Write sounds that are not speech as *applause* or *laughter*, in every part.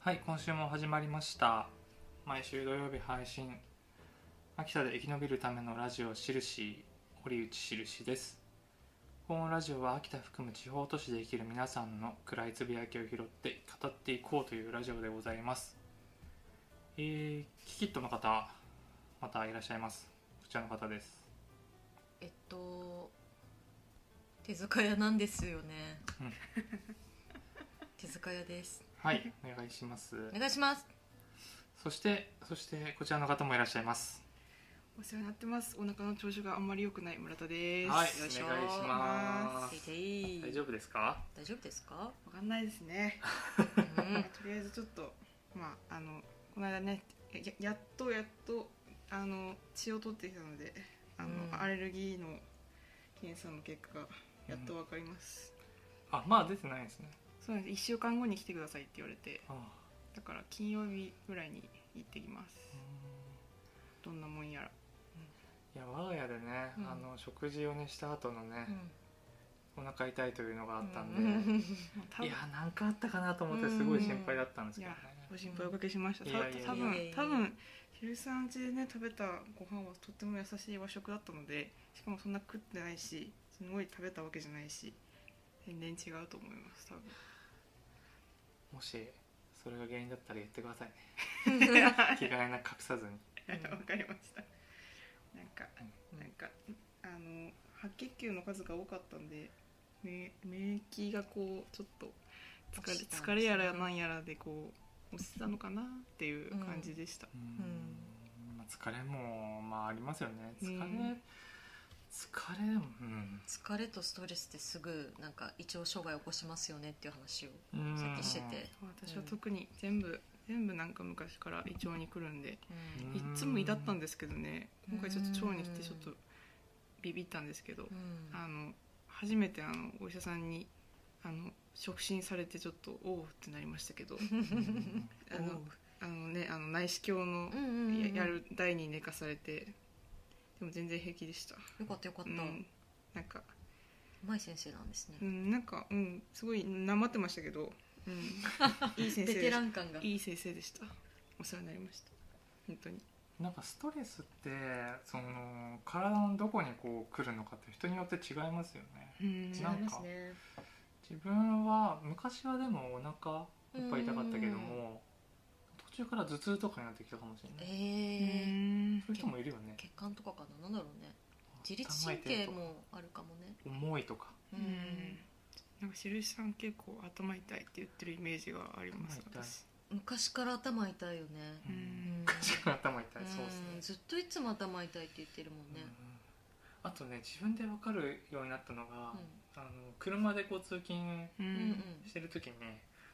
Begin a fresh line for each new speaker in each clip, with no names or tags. はい今週も始まりました毎週土曜日配信秋田で生き延びるためのラジオしるし堀内しるしですこのラジオは秋田含む地方都市で生きる皆さんの暗いつぶやきを拾って語っていこうというラジオでございますえー、キキットの方またいらっしゃいますこちらの方です
えっと手塚屋なんですよね
うん。
手塚屋です。
はいお願いし
*laughs*
ます
お願いします。
そしてそしてこちらの方もいらっしゃいます
お世話になってます。お腹の調子があんまり良くない村田です。
はい
よいしょ
お願いします
ていて
大丈夫ですか
大丈夫ですか？
わかんないですね。
うん。
とりあえずちょっとまああのこの間ねやややっとやっとあの血を取ってきたのであの、
うん
アレルギーの検査の結果やっとわかります。
あまあ出てないですね
そうなんです。一週間後に来てくださいって言われて
あ
だから金曜日ぐらいに行ってきます。
ーうん
どんなもんやら。
いや我が家でね、
うん
あの食事をねした後のね、お腹痛いというのがあったんで、
う
い
ん
まあ多分
やなんかあったかなと思ってすごい心配だったんですけどね、
ご心配おかけしました。
い
た
やいやいや
多
いやいやい
分
や
多分昼さん家でね食べたご飯はとっても優しい和食だったので、しかもそんな食ってないし、すごい食べたわけじゃないし、全然違うと思います。多分。
もしそれが原因だったら言ってくださいね
*laughs*
着替えな隠さずに
うん
わかりました。なんかなんかあの白血球の数が多かったんで、免免疫がこうちょっと疲
落ちた
れ
んですね
疲れやらなんやらでこう落ちたのかなっていう感じでした。
う
うん
ん、まあ、疲れもまあありますよね疲れ、
うん
疲れもうん
疲れとストレスってすぐなんか胃腸障害起こしますよねっていう話を
うん
さっきしてて。
私は特に全部、全部なんか昔から胃腸に来るんで
うん
いっつも胃だったんですけどね
うん
今回ちょっと腸に来てちょっとビビったんですけど
うん
あの初めてあのお医者さんにあの触診されてちょっとおおってなりましたけど
うん
あのあのねあの内視鏡の
うんうんうん
ややる台に寝かされてでも全然平気でした、
よかったよかっ
う、
た。うん
なんか
まい先生なんですね
う。んなんかうんすごいなまってましたけど、うん、いい先生
ベテ
でした
ラン感が。
いい先生でしたお世話になりました本当に
なんかストレスってその体のどこにこう来るのかって人によって違いますよね、
うん
違い
なんか
ますね。
自分は昔はでもお腹いっぱい痛かったけど
う
も途中から頭痛とかになってきたかもしれない
ええ。
そういう人もいるよね
血管とかかななんだろうね。自律神
頭痛い
経
とか
もあるかもね。
重いとか
うんなんか印さん結構頭痛いって言ってるイメージがあります
頭痛い
私
昔から頭痛いよね。
うん
うん
昔から頭痛いそうです
うん
ね
ずっといつも頭痛いって言ってるもんね
うん。あとね自分で分かるようになったのが
うん、
あの車でこう通勤
う
う
ん
ん
してる時に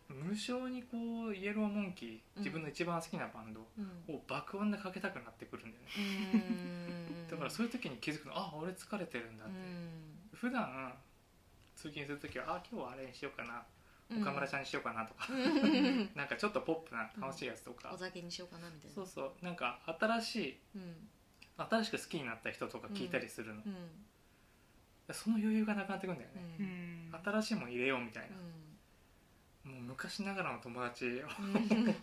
無性にこうイエローモンキー自分の一番好きなバンド
うん
を爆音でかけたくなってくるんだよね
うん
だからそういう時に気づくのあ俺疲れてるんだって普段通勤する時はあ今日はあれにしようかな
うん
岡村ちゃんにしようかなとか、
うん
なんかちょっとポップな楽しいやつとか、
*laughs* お酒にしようかなみたいな。
そうそうなんか新しい
うん
新しく好きになった人とか聞いたりするの、
うん
その余裕がなくなってくんだよね、
う
うんん
新しいもん入れようみたいな、もう昔ながらの友達を
うん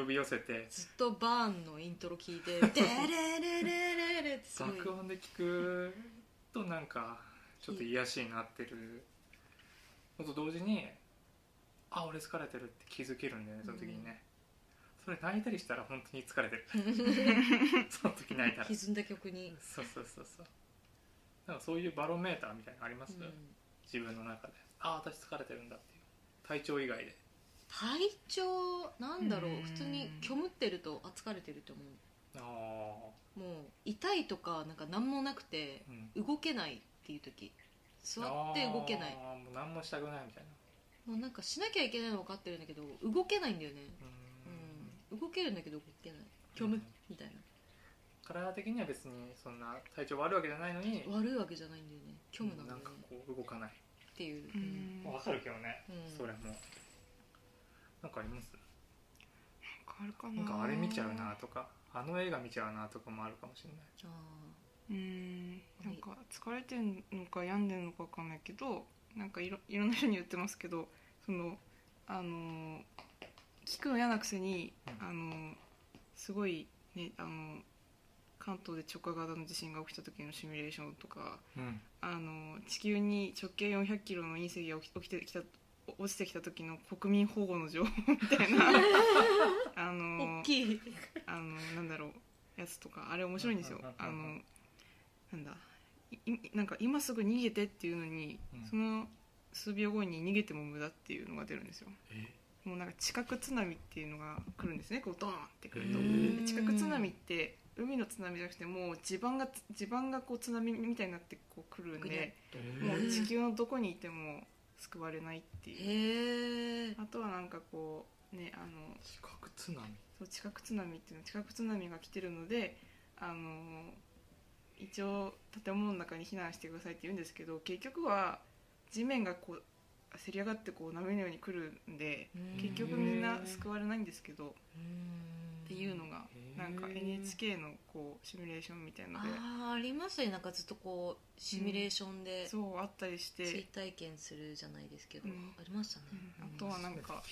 呼び寄せて
ずっとバーンのイントロ聞い
*laughs*
て「デレレレレレ」ってすごい
爆音で聞くとなんかちょっと癒やしになってるのと同時にあ俺疲れてるって気づけるんだよねその時にね、それ泣いたりしたら本当に疲れてる *laughs* その時泣いたら
*laughs* 歪んだ曲に。
そうそうそうそうなんかそういうバロメーターみたいなのあります、
うん
自分の中でああ私疲れてるんだっていう体調以外で
体調なんだろう
うん
普通に虚無ってるとあ疲れてると思
ああ
うもう痛いとかなんか何もなくて
うん
動けないっていう時座って動けない
あーもう何もしたくないみたいな
もうなんかしなきゃいけないの分かってるんだけど動けないんだよね、
うーん
うん、動けるんだけど動けない虚無みたい
体的には別にそんな体調悪いわけじゃないのに
な悪いわけじゃないんだよね虚無なんだ
なん
よね
かこう動かない
っていう、
う
うん
ん
わかるけどね、
うん
それもなんかあります
変わるかな
なんかあれ見ちゃうなとかあの映画見ちゃうなとかもあるかもしれない
あ
うんなんか疲れてんのか病んでんのかわかんないけどなんかいろいろんな人に言ってますけどそのあのー聞くの嫌なくせに
う
あのすごいねあの関東で直下型の地震が起きた時のシミュレーションとか
うん
あの地球に直径4 0 0キロの隕石が起き起きてきた落ちてきた時の国民保護の情報みたいな *laughs* あの
大きい
あのなんだろうやつとかあれ面白いんですよ
うんうんうん
あの
うん
なんだいいなんか今すぐ逃げてっていうのに、
うん
その数秒後に逃げても無駄っていうのが出るんですよ
え
もうなんか地殻津波っていうのが来るんですねこうドーンってくると
へ
ー
で地殻津波って海の津波じゃなくてもう地盤が地盤がこう津波みたいになってこう来るん
ぐにゃっ
で
え
も
ー
う地球のどこにいても救われないっていう
へえ
あとはなんかこうねあの
地殻津波
そう地殻津波っていうの地殻津波が来てるのであの一応建物の中に避難してくださいって言うんですけど結局は地面がこうせり上がってこう波のように来るんで結局みんな救われないんですけどっていうのが
へー
なんか NHK のこうシミュレーションみたいので
ああありましたねなんかずっとこうシミュレーションで
そうあったりして、
追体験するじゃないですけど、
うん
ありましたね、
うんあとはなんか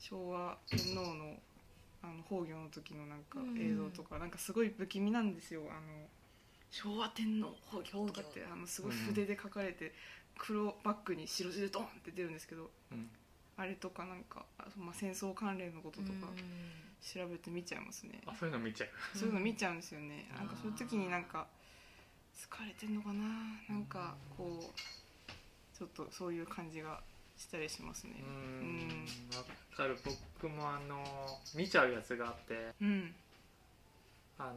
昭和天皇のあの崩御の時のなんか
うん
映像とか、なんかすごい不気味なんですよあの昭和天皇崩御とかってあのすごい筆で書かれて黒バッグに白字でドンって出るんですけど
うん
あれとかなんかあそうまあ、戦争関連のこととか調べて見ちゃいますね、
あそういうの見ちゃう
そういうの見ちゃうんですよね、
うん
なんかそういう時になんか疲れてんのかななんかこうちょっとそういう感じがしたりしますね
うーんわかる僕もあの見ちゃうやつがあって
うん
あの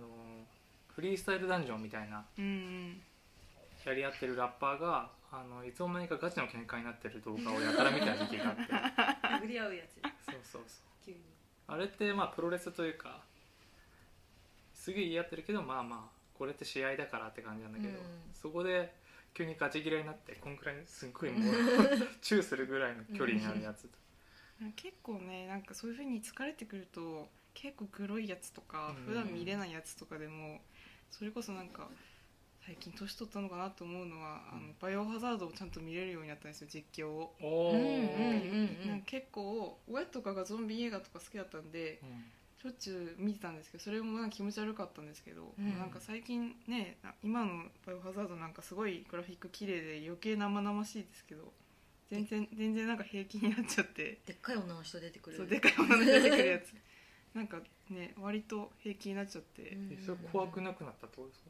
フリースタイルダンジョンみたいな
うんうん
やり合ってるラッパーがあのいつの間にかガチの喧嘩になってる動画をやたら見た時期があ
*laughs*
って
殴り合うやつ
そうそうそう
急に
あれってまあプロレスというかすげえ言い合ってるけどまあまあこれって試合だからって感じなんだけど、
うん
そこで急にガチ切れになってこんくらいすっごいもう
*laughs*
チューするぐらいの距離になるやつと
結構ねなんかそういうふうに疲れてくると結構グロいやつとか
うん
普段見れないやつとかでもそれこそなんか最近年取ったのかなと思うのはあの
うん
バイオハザードをちゃんと見れるようになったんですよ実況を。
おー
うん
うん
うん
なんか結構親とかがゾンビ映画とか好きだったんでしょっちゅう見てたんですけどそれもなんか気持ち悪かったんですけど、
うん
なんか最近ねな今の「バイオハザード」なんかすごいグラフィック綺麗で余計生々しいですけど全然全然なんか平気になっちゃって
でっかい女の人出てくる
そうでかいもの出てくるやつ *laughs* なんかね割と平気になっちゃって
えそれ怖くなくなったってことですか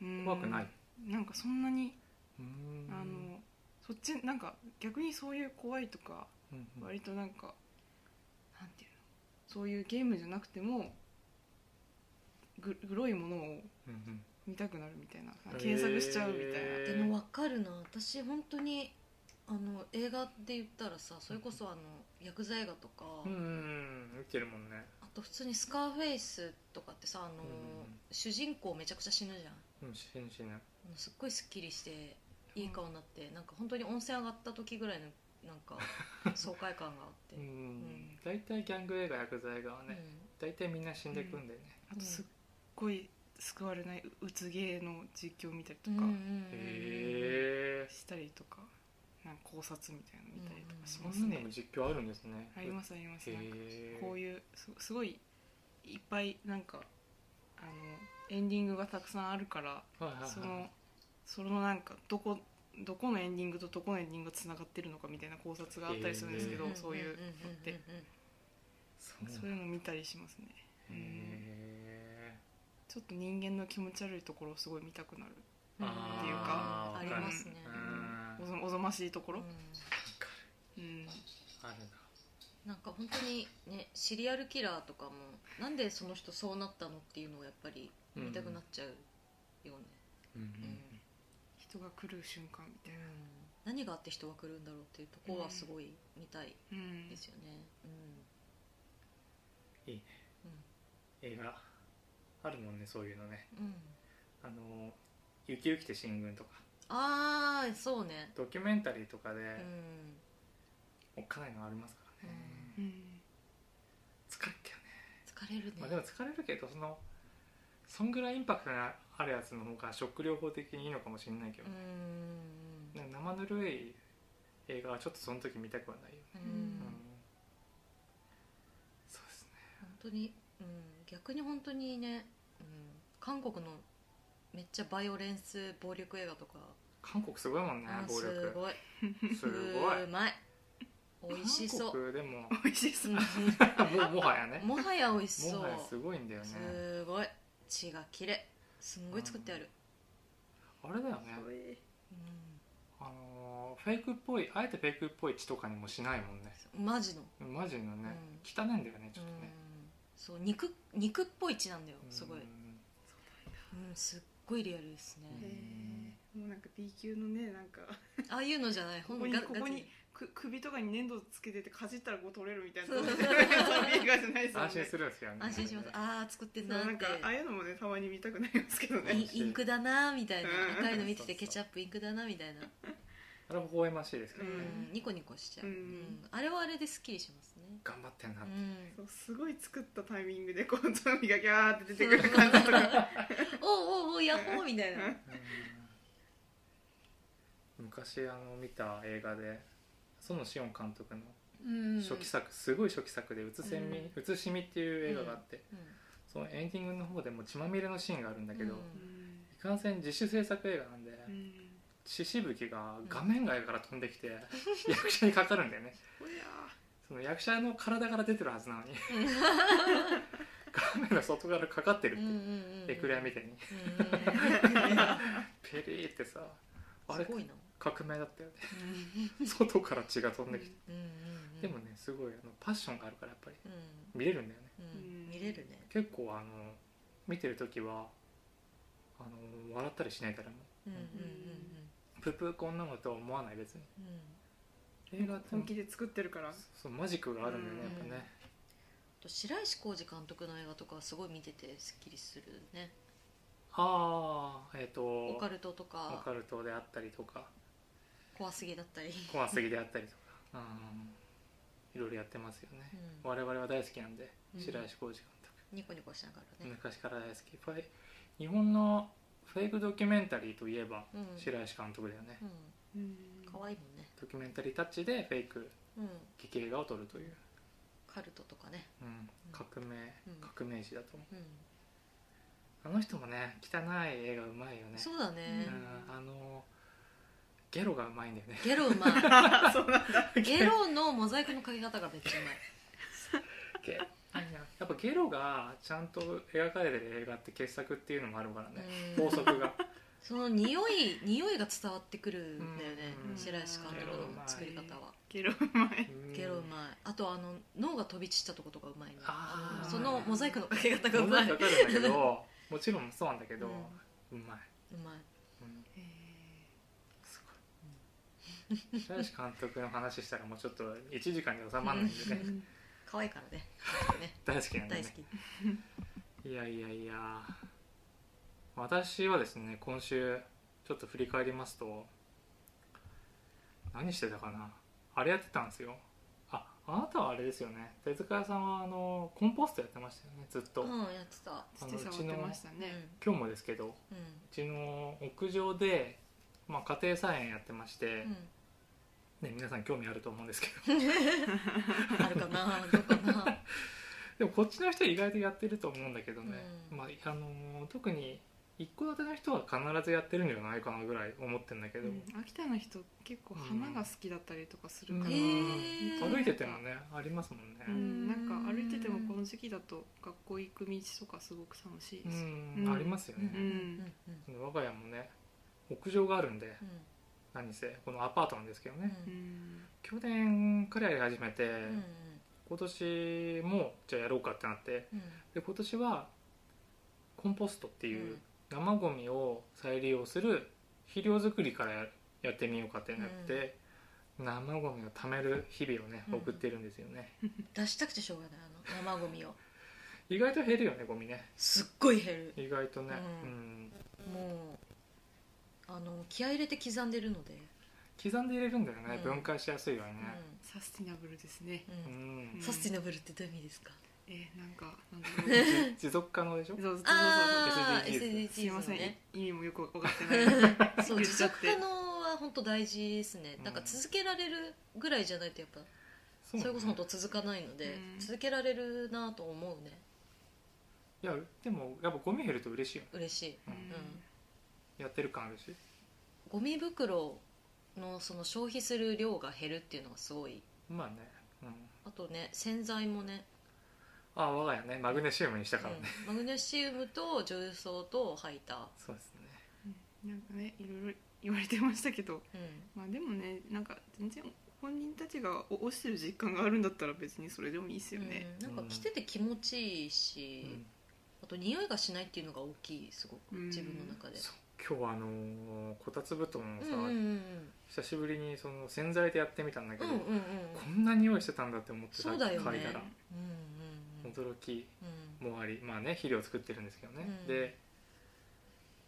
うん
怖くない
なんかそんなに
うーん
あのそっちなんか逆にそういう怖いとか
うんうん
割となんかなんていうのそういうゲームじゃなくてもググロいものを
うん
見たくなるみたいな
うん
検索しちゃうみたいな、
へー
でもわかるな私本当にあの映画で言ったらさそれこそあの薬剤映画とか、
うんうん見てるもんね
あと普通にスカーフェイスとかってさあの、
うん
主人公めちゃくちゃ死ぬじゃん
うん死ぬ死ぬ
あのすっごいすっきりしていい顔になって、なんか本当に温泉上がった時ぐらいのなんか爽快感があって、
う
うん
ん大体ギャング映画薬剤映画はね大体みんな死んでくんだよね
あとすっごい救われないううつ芸の実況見たりとか
うんうんうんうん
へえ
したりとかなんか考察みたいなの見たりとかし
そ
ま
ん
す
な
ね、
のも実況あるんですね
ありますありますなんか
へえ
こういうすすごいいっぱいなんかあのエンディングがたくさんあるから
はいはいはい
そのそのなんかどこどこのエンディングとどこのエンディングがつながってるのかみたいな考察があったりするんですけど、
へ
そういうのって、
そう
そういうの見たりしますね
へ
ちょっと人間の気持ち悪いところをすごい見たくなる、
うんうんうんうん
あ
ーっていうか
ありますね、
う
うん
ん
おぞおぞましいところ、うん
あるな
なんか本当にねシリアルキラーとかもなんでその人そうなったのっていうのをやっぱり見たくなっちゃうよね、
うんうん
人が来る瞬間みたい
何があって人が来るんだろうっていうところはすごい見たい
な、うん
ですよね、
いいね映画あるもんねそういうのね
うんうん
あの「雪雪きて進軍」とか
ああそうね
ドキュメンタリーとか
う
で
ん
おっかないのありますからね
う
うん
疲れっけよね
疲れるね、
まあでも疲れるけどそのそんぐらいインパクトがあるやつの方がショック療法的にいいのかもしれないけど
う
ね、
ん
なんか生ぬるい映画はちょっとその時見たくはないよね、
う
うん
ん当に、うん、逆に本当にね、うん、韓国のめっちゃバイオレンス暴力映画とか、
韓国すごいもんね
あー
暴力
すごい
すごいう
まい美味しそう
韓国でも *laughs* も
美味しそう
うもはやね
うん *laughs* もはや美味しそう
もはやすごいんだよね
すごい血が綺麗すんごい作ってある、
あれだよね
う
あのーフェイクっぽいあえてフェイクっぽい血とかにもしないもんね
ん、マジの、
マジのね、
うん
汚いんだよねち
う
ょ
ん
っとね、
そう肉肉っぽい血なんだよ
うん
すごい、うん、すっごいリアルですね、
うん
へえもうなんか B 級のねなんか
ああいうのじゃない
こ
ほん
こに
ガ
こ
ガ
こ
チ
に
で
く首とかに粘土つけててかじったらこう取れるみたいな
そう
そういう映画じゃないですもんね
安心するんですよね
安心しますああ作って
そ
ん
う
な
な
ー
ん
って
かああいうのもねたまに見たくなりますけど
い
ね
い
インインクだなーみたいな
うん
赤いの見てて
そうそう
ケチャップインクだなーみたいな、
あれ微笑ましいですけ
う
どね、
ん、ニコニコしちゃう、
う
うんんあれはあれですっきりしますね
頑張ってんなって、
うん
そうすごい作ったタイミングでこうゾンビがギャーって出てくる感じとか
*laughs* おうおうおうやっほーみたいな
うん昔あの見た映画で園志音監督の
うん
初期作、すごい初期作で「うつせみ」
うん
うつしみ」っていう映画があって、
うん
そのエンディングの方でも血まみれのシーンがあるんだけど、
うん
うん
いかんせん自主制作映画なんで、
うん
血しぶきが画面外から飛んできて、役者にかかるんだよね
おや
その役者の体から出てるはずなのに画面の外側からかかってるって
うんう
い
ん
う、
うんうん
エクレアみたいに *laughs*
うん
ペリーってさあれ
すごいな
革命だったよね *laughs*
うん
外から血が飛んできて、
うんうんうん
でもねすごいあのパッションがあるからやっぱり
うん
見れるんだよね
うん見れるね
結構あの見てる時はあの笑ったりしないからも
うんうん
プープーこんなのとは思わない別に
うんうん
映画って
本気で作ってるから
そうマジックがあるんだよね
うん
やっぱね
あと白石浩二監督の映画とかはすごい見ててすっきりするね
ああえっ、と
オカルトとか
オカルトであったりとか
怖すぎだ *laughs* ったり、
怖すぎであったりとかうんいろいろやってますよね、
うん
我々は大好きなんで
うん
白石浩二監
ニコニコしながら
督、
ね、
昔から大好きファイ日本のフェイクドキュメンタリーといえば
うん
白石監督だよね、
う
うん
ん、可愛いもんね、
ドキュメンタリータッチでフェイク
うん、
劇映画を撮るという、
カルトとかね、
うん、革命、
うん
革命児だと思
うん
うあの人もね汚い映画うまいよね
そうだね
う、んあのゲロがうまいんだ
*laughs*
よね
ゲロうまい
そうなんだ
ゲロのモザイクのかけ方がめっちゃうまい
ゲ *laughs* やっぱゲロがちゃんと描かれてる映画って傑作っていうのもあるからね
うん
法則
*laughs*
が
その匂い匂いが伝わってくるんだよね、
うん
白石監督の作り方は
ゲロうまい
ゲロうまいあとあの脳が飛び散ったとことがうまいね
あー
そのモザイクのかけ方がう
うま
ま
い
い
か
う
かるんだけ
*laughs*
どもちろんそうなんだけど、うまい、
まい
うん、
へ
す *laughs* ごい白石監督の話したらもうちょっと1時間に収まらないんでね
ー
可愛いからねね
大好きなんで
大
ね
好き
いやいやいや私はですね今週ちょっと振り返りますと何してたかなあれやってたんですよああなたはあれですよね手塚さんはあのコンポストやってましたよねずっと、
うん
あ
やってた
の
土
う
さん
ち
持っ
の
てましたね
今日もですけどう
うん
ちの屋上で、まあ、家庭菜園やってまして、
うん、
ね、皆さん興味あると思うんですけど
うん、あるかなどうかな
でもこっちの人は意外とやってると思うんだけどね、
うん
まあ、あの特に一戸建ての人は必ずやってるんじゃないかなぐらい思ってるんだけど、
うん秋田の人結構花が好きだったりとかするから、
うん
へー
歩いててもねありますもんね、
うん、なんか歩いててもこの時期だと学校行く道とかすごく楽しいです、
うん
うん
ありますよ
うんう
ね、
んうん
我が家もね屋上があるんで何せこのアパートなんですけどね、
うん
ん
去年からやり始めて、
うんうん
今年もじゃあやろうかってなって
うん
で今年はコンポストっていううん生ゴミを再利用する肥料作りからややってみようかってなって、生ゴミを貯める日々をね
うん
送ってるんですよね、
出したくてしょうがないあの生ゴミを
意外と減るよねゴミね
すっごい減る
意外とね、
うん
うん
もうあの気合い入れて刻んでるので、
刻んで入れるんだよね、
うん
分解しやすいようにね、
サスティナブルですね
うん
う
うん
ん
うん
サスティナブルってどういう意味ですか、
えーなんかなんだろう
持持続可能でしょ
そうそうそうそう
ああ
SDGs
SDGs
すいま
の
せん、
ね
意味もよく分かってない
そう
言っ
持
ちゃっ
続
て
可能は本当大事ですね、
うん
なんか続けられるぐらいじゃないとやっぱ
うね
それこそ本当続かないので、
うん
続けられるなと思うね
いやでもやっぱゴミ減ると嬉しいよね
嬉しい
うんやってる感あるし
ゴミ袋のその消費する量が減るっていうのがすごい
まあね、うん、
あとね洗剤もね
ああ我が家ねマグネシウムにしたからね、
うんマグネシウムと重曹と吐いた、
そうですね
うんなんかねいろいろ言われてましたけど
うん、
まあでもねなんか全然本人たちが落してる実感があるんだったら別にそれでもいいですよね、
うんなんか着てて気持ちいいし、
うん
あと匂いがしないっていうのが大きいすごく
うん
自分の中で、
そう今日はあのーこたつ布団を
う
さ
ん、うんうんうん
久しぶりにその洗剤でやってみたんだけ
うん
ど、
うんうん
こんな匂いしてたんだって思ってた
そうだよね
嗅いだら
うんうんうん
驚き
うん
もありまあね肥料作ってるんですけどね、
うん
で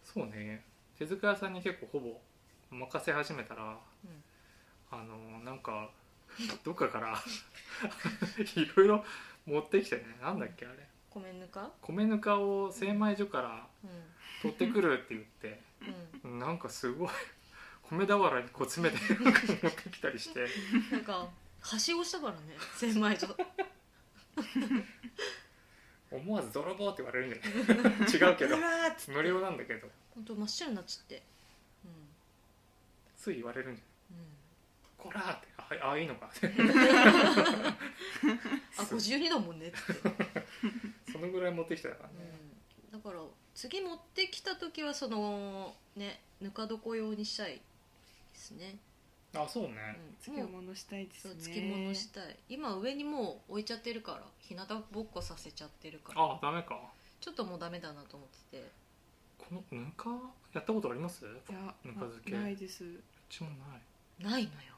そうね手塚さんに結構ほぼ任せ始めたら、
うん
あのなんか *laughs* どっかから *laughs* いろいろ持ってきてねなんだっけあれ
米ぬか
米ぬかを精米所から
う
取ってくるって言って
んうん
なんかすごい米俵にこう詰めて *laughs* なんか持ってきたりして
なんかはしごしたからね *laughs* 千枚所
思わず泥棒って言われるんじゃない
*laughs*
違うけど
うわーっつって
無料なんだけど
本当真っ白になっちゃってう
つい言われるんじゃない
んうん
こらーってああいいのか *laughs* って
あ
そう
52だ
*laughs*
もんねっつって、
そのぐらい持ってきたからね、
うん、だから次持ってきた時はそのねぬか床用にしたいですね、
あそうね、
うん、
漬
もう
物したいです
そう
ね
漬物したい今上にもう置いちゃってるから日向ぼっこさせちゃってるから
あダメか
ちょっともうダメだなと思ってて
このぬかやったことありますう
いや
ぬか漬け
ないです
ちもない
ないのよ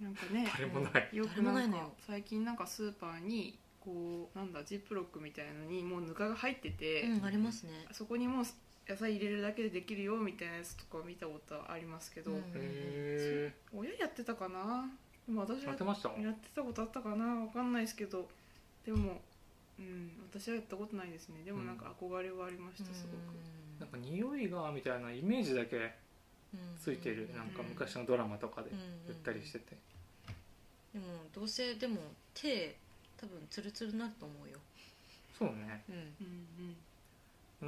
なんかね
誰もない、
よく
誰もな
ないん
の
か
よ
最近なんかスーパーにこうなんだジップロックみたいのにもうぬかが入ってて、
うんありますね
そこにもう野菜入れるだけでできるよみたいなやつとか見たことありますけど、
うん
へ
親やってたかなでも私
え
は
や
や
ってました
ってたことあったかなわかんないですけどでも、うん、私はやったことないですねでもなんか憧れはありましたすごく、
なんか匂いがみたいなイメージだけついてるなんか昔のドラマとかで売ったりしてて
でもどうせでも手多分ツルツルになると思うよ、
そうね
うん、
うんうん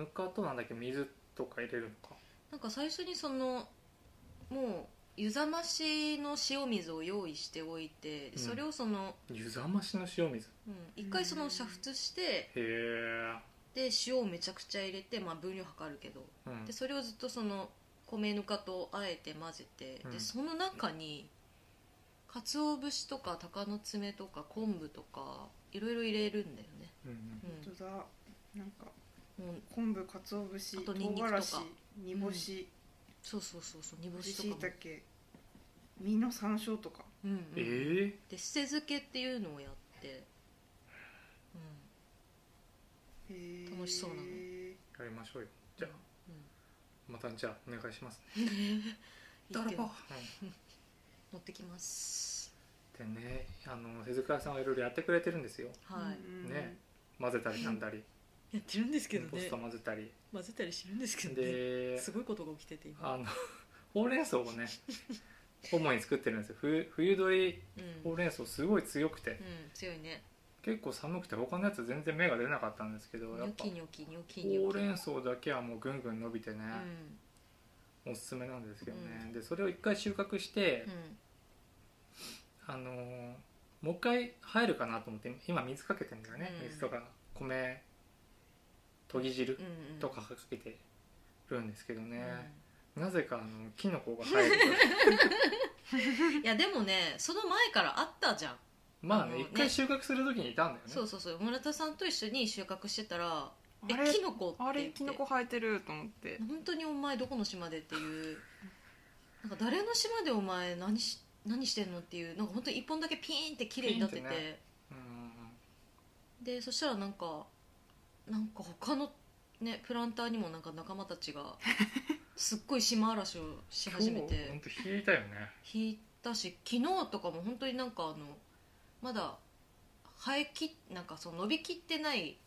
ぬかとなんだっけ水とか入れるのか
なんか最初にそのもう湯冷ましの塩水を用意しておいて、
うん
それをその、
湯冷ましの塩水へ
うん、一回その煮沸して
え
で塩をめちゃくちゃ入れて、まあ、分量測るけど
うん
でそれをずっとその米ぬかとあえて混ぜて、
うん
でその中に鰹節とか鷹の爪とか昆布とかいろいろ入れるんだよね、
うん
うん
本当だなんか
もう
昆布鰹節
あと
唐
ニンニクとか
辛子煮干し、
そうそうそうそう煮干
干し
しと
椎
かも、
茸実の山椒とか
うんうん
えー
で捨て漬けっていうのをやって、うん、楽しそうなの
へ
やりましょうよじゃあまたじゃあお願いしますね
うん、いいけ
う
ど
ん
持ってきます
でねあの手塚さんはいろいろやってくれてるんですよ
ー
はい、
うんうん
ね混ぜたりなんだり
やってるんですけど
ポス
ね
ト混ぜたり
混ぜたりしてるんですけどね
です
ごいことが起きてて今、
あの *laughs* ほうれん草をね主に作ってるんですよ冬冬鳥
うん、
ほ
うん
うれん草すごい強くて
強いね
結構寒くて他のやつ全然芽が出なかったんですけど
ニ
やっ
ョ
ぱ
キニョキニョキニョキ
ほうれん草だけはもうぐんぐん伸びてね
うん、
おすすめなんですけどね、
うん
でそれを一回収穫して
うん、
あのーもう一回入るかなと思って今水かけてんだよね、
うん
水とか米とぎ汁
うんうん、
とかかけてるんですけど
うん、
ね、なぜかあのキノコが入
*laughs*
ると
いやでもねその前からあったじゃん、
まあ
あの
ね
ね
一回収穫する時にいたんだよね
そうそうそう村田さんと一緒に収穫してたら「え
あれ
キノコ?」って言
あ
って
れキノコ生えてると思って
本当にお前どこの島でっていうなんか誰の島でお前何し何してんのっていうなんか本当に一本だけピーンって綺麗になってて
ピーンってねうん
でそしたらなんかなんか他のねプランターにもなんか仲間たちがすっごい島嵐をし始め
今日ほん
て
と引いたよね
引いたし昨日とかも本当になんかあのまだ生えきなんかその伸びきってない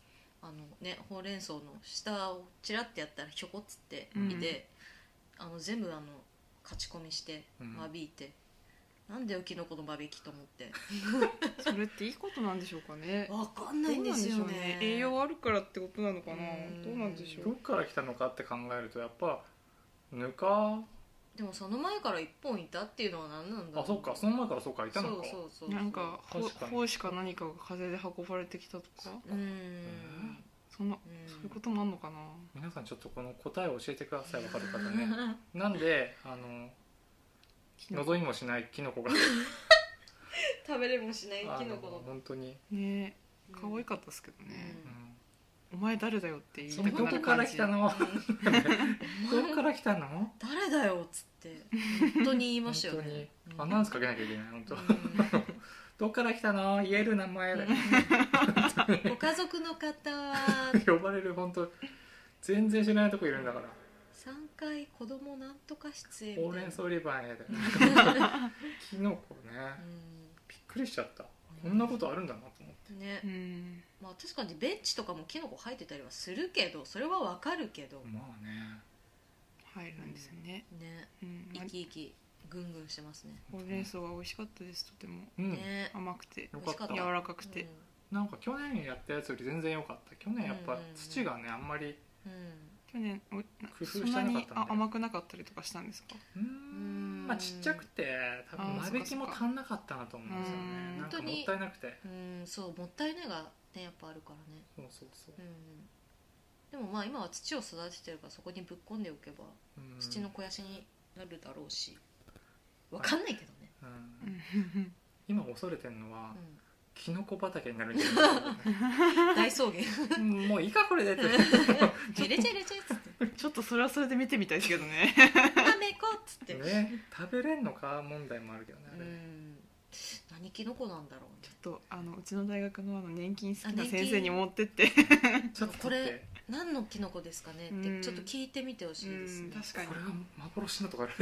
あのねほうれん草の下をチラッてやったらひょこっつっていて、あの全部あの勝ち込みして
うん
間引いて、なんだよキノコのバーベキューと思って
それっていいことなんでしょうかね
*laughs* わかんないんですよ
どうなんでしょう
ね
栄養あるからってことなのかな
うん
どうなんでしょ
ど
う
っから来たのかって考えるとやっぱぬか
でもその前から一本いたっていうのは何なんだろう
あそっかその前からそうかいたのか
そうそうそう
なんか
確
ほ
かに
胞子か何かが風で運ばれてきたとか
うーん
そんな
うん
そういうことなんのかな
皆さんちょっとこの答えを教えてくださいわかる方
*laughs*
ねなんであの覗いもしないキノ
*laughs*
コが
食べれもしない
あ
キノコ
の
の
本当に、
ね
うん
可愛かったですけどね
う
うんん、
お前誰だよって言い
そ
た
の
く
ど
な
こ
る
か
感
ら
じ
来たのどこから来たの
誰だよっつって本当に言いましたよ
本当
ね
にアナウンスかけなきゃいけない本当どっから来たの言える名前で
うんご家族の方は
呼ばれる本当全然知らないとこいるんだから
3回子供なんとか室へみたいな
ほうれん草売り場へでキノコねびっくりしちゃったこんなことあるんだなと思って
うんね
うん
まあ確かにベンチとかもキノコ生えてたりはするけどそれはわかるけど
まあね
入るんですよね
ね
うんまあ
生き生きぐんぐんしてますね
ほうれん草は美味しかったですとても
うん、
ね
甘くて
よかった
美味し
柔
かっ
らかくて
なんか去年やったやつより全然良かった去年やっ
う
ぱ
んうんうん
土がねあんまり
うんうん
去年おな
工夫
そ
して
ん
なか
な
ったん
に
で
あ甘くなかったりとかしたんですか
うーんまあちっちゃくて多分
あー
間引きも
そっかそっか
足んなかったなと思うんですよね
うん
なんかもったいなくて
うんそうもったいないがねやっぱあるからね
そうそうそう
うんでもまあ今は土を育ててるからそこにぶっ込んでおけば
うん
土の肥やしになるだろうしわかんないけどね、
うん
うん *laughs*
今恐れてるのは
う
キノコ畑になるんじゃないかとね
ん、大
*laughs*
草原 *laughs*
うんもういいかこれでって
入れちゃえ入れちゃえっつって
ちょっとそれはそれで見てみたいですけど *laughs*
「
ね
やめこ」っつって、
ね食べれんのか問題もあるけどね
う
あれ
ん何キノコなんだろうね
とあのうちの大学のあの年金好き
あ
な
年金
先生に持ってって *laughs*
ちょっと
こ
待っ
れ
て
何のキノコですかねってちょっと聞いてみてほしいですね
確
こ
か
れ
に
は幻のとかある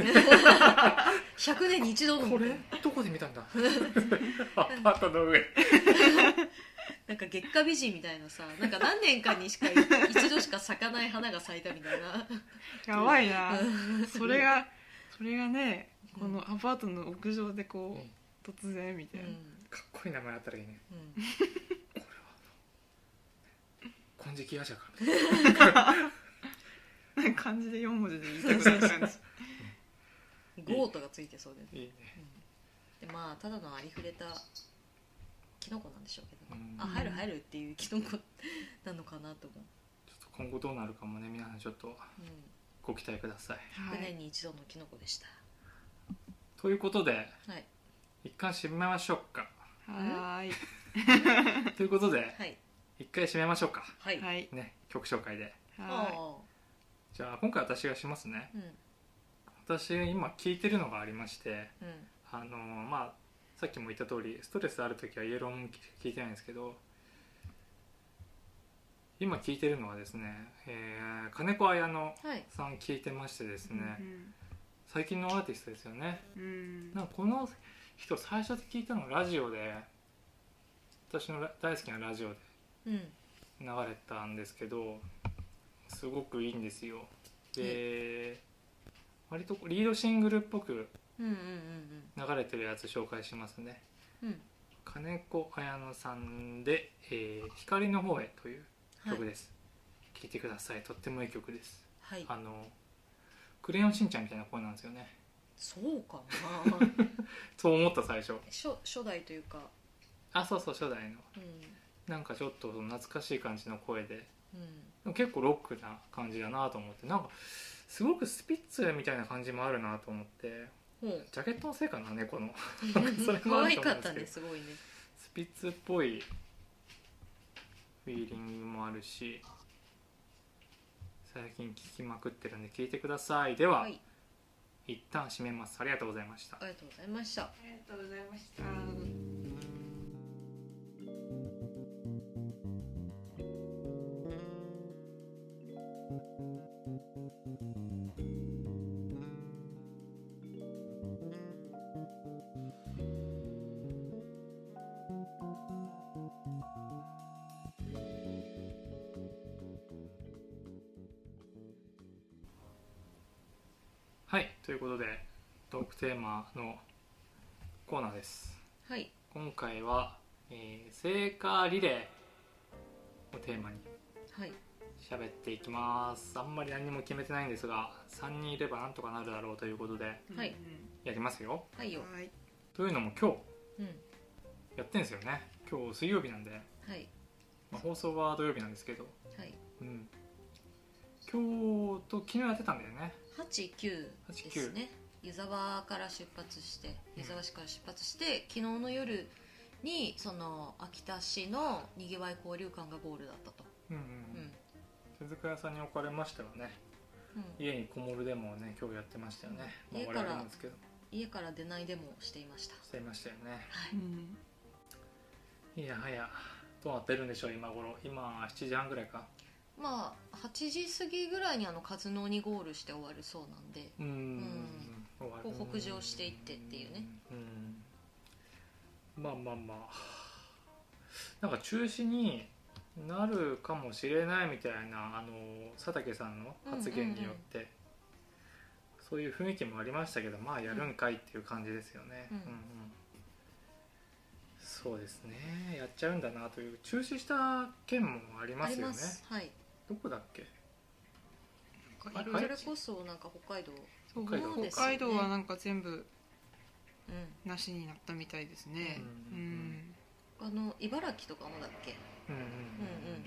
100年に一度の
これどこで見たん
*laughs*
だアパートの上
なんか月下美人みたいなさなんか何年かにしか一度しか咲かない花が咲いたみたいな
やばいな
うん
それがそれがね
うん
このアパートの屋上でこ
うん
う突然みた
う
い
ん
な
かっこいい名前あったらいいね
うん
金色夜叉か
なんか漢字で4文字で言いたくなる感じ
ゴートがついてそうで,、
いいね
でまあただのありふれたキノコなんでしょうけど、ね
うん
あ入る入るっていうキノコなのかなとか、
ちょっと今後どうなるかもね皆さんちょっと
う
ご期待ください
ん
*laughs* は
100年
い
に一度のキノコでした
ということで
はい
一回締めましょう
*laughs*
か
はーい
ということで
はい
一回締めましょうか
はい、
はいはい
ね曲紹介で
あ
は
あ
じゃあ今回私がしますね
うん
私今聴いてるのがありまして
うん
あのまあさっきも言った通りストレスある時はイエローも聴いてないんですけど今聴いてるのはですね、えー金子綾乃
はい
さん聴いてましてです
い
ね、最近のアーティストですよね
うんうん
なんかこの人最初で聞いたのラジオで私のラ大好きなラジオで
うん
流れたんですけどすごくいいんですよで割とリードシングルっぽく
うんうん
流れてるやつ紹介しますね
うんうんうん
金子綾乃さんで、えー光の方へ」という
はい
曲です聴、いてくださいとってもいい曲です
はい
あの「クレヨンしんちゃん」みたいな声なんですよね
そうかな *laughs*
そう思った最初
初初代というか
あそうそう初代の
うん
なんかちょっと懐かしい感じの声で
うん
結構ロックな感じだなと思ってなんかすごくスピッツみたいな感じもあるなと思って
ほう
ジャケットのせいかな猫のそれも
可
ある
愛
と思うんですけど
かったねすごいね
スピッツっぽいフィーリングもあるし最近聴きまくってるんで聴いてくださいでは、
はい
一旦閉めますありがとうございました
ありがとうございました
ありがとうございました
はいということでトークテーマのコーナーです
はい
今回は、えー、聖火リレーをテーマに
はい
喋っていきますあんまり何も決めてないんですが3人いればなんとかなるだろうということで
はい
うん
やりますよ
はいよ
はい
というのも今日
うん
やってんですよね今日水曜日なんで、
はい
まあ、放送は土曜日なんですけど
はい
うん今日と昨日やってたんだよね
89
89
ですね湯沢から出発して
うん
湯沢市から出発して、昨日の夜にその秋田市のにぎわい交流館がゴールだったと、
うんうん
うん
うん手塚屋さんに置かれましたよね
うん
家にこもるでもね今日やってましたよね、まあ、
家
我
から
々なんですけど
家から出ないでもしていました
していましたよね
は
う
い、
ん
いやはやどうなってるんでしょう今頃今7時半ぐらいか
まあ8時過ぎぐらいにあのカズノにゴールして終わるそうなんで
うん終わる
こう北上していってっていうね
うんまあまあまあなんか中止になるかもしれないみたいなあの佐竹さんの発言によって、そういう雰囲気もありましたけどまあやるんかいっていう感じですよね、
うん
うんうんそうですねやっちゃうんだなという中止した件もありま
あり
すよ
ま
ね
すはい
どこだっけ
そ
あれ
れこそなんか北海道
そう
北海道
北海道はなんか全部
うん
なしになったみたいですね
う
うんん
あの茨城とかもだっけ
うんうんうん
うんうん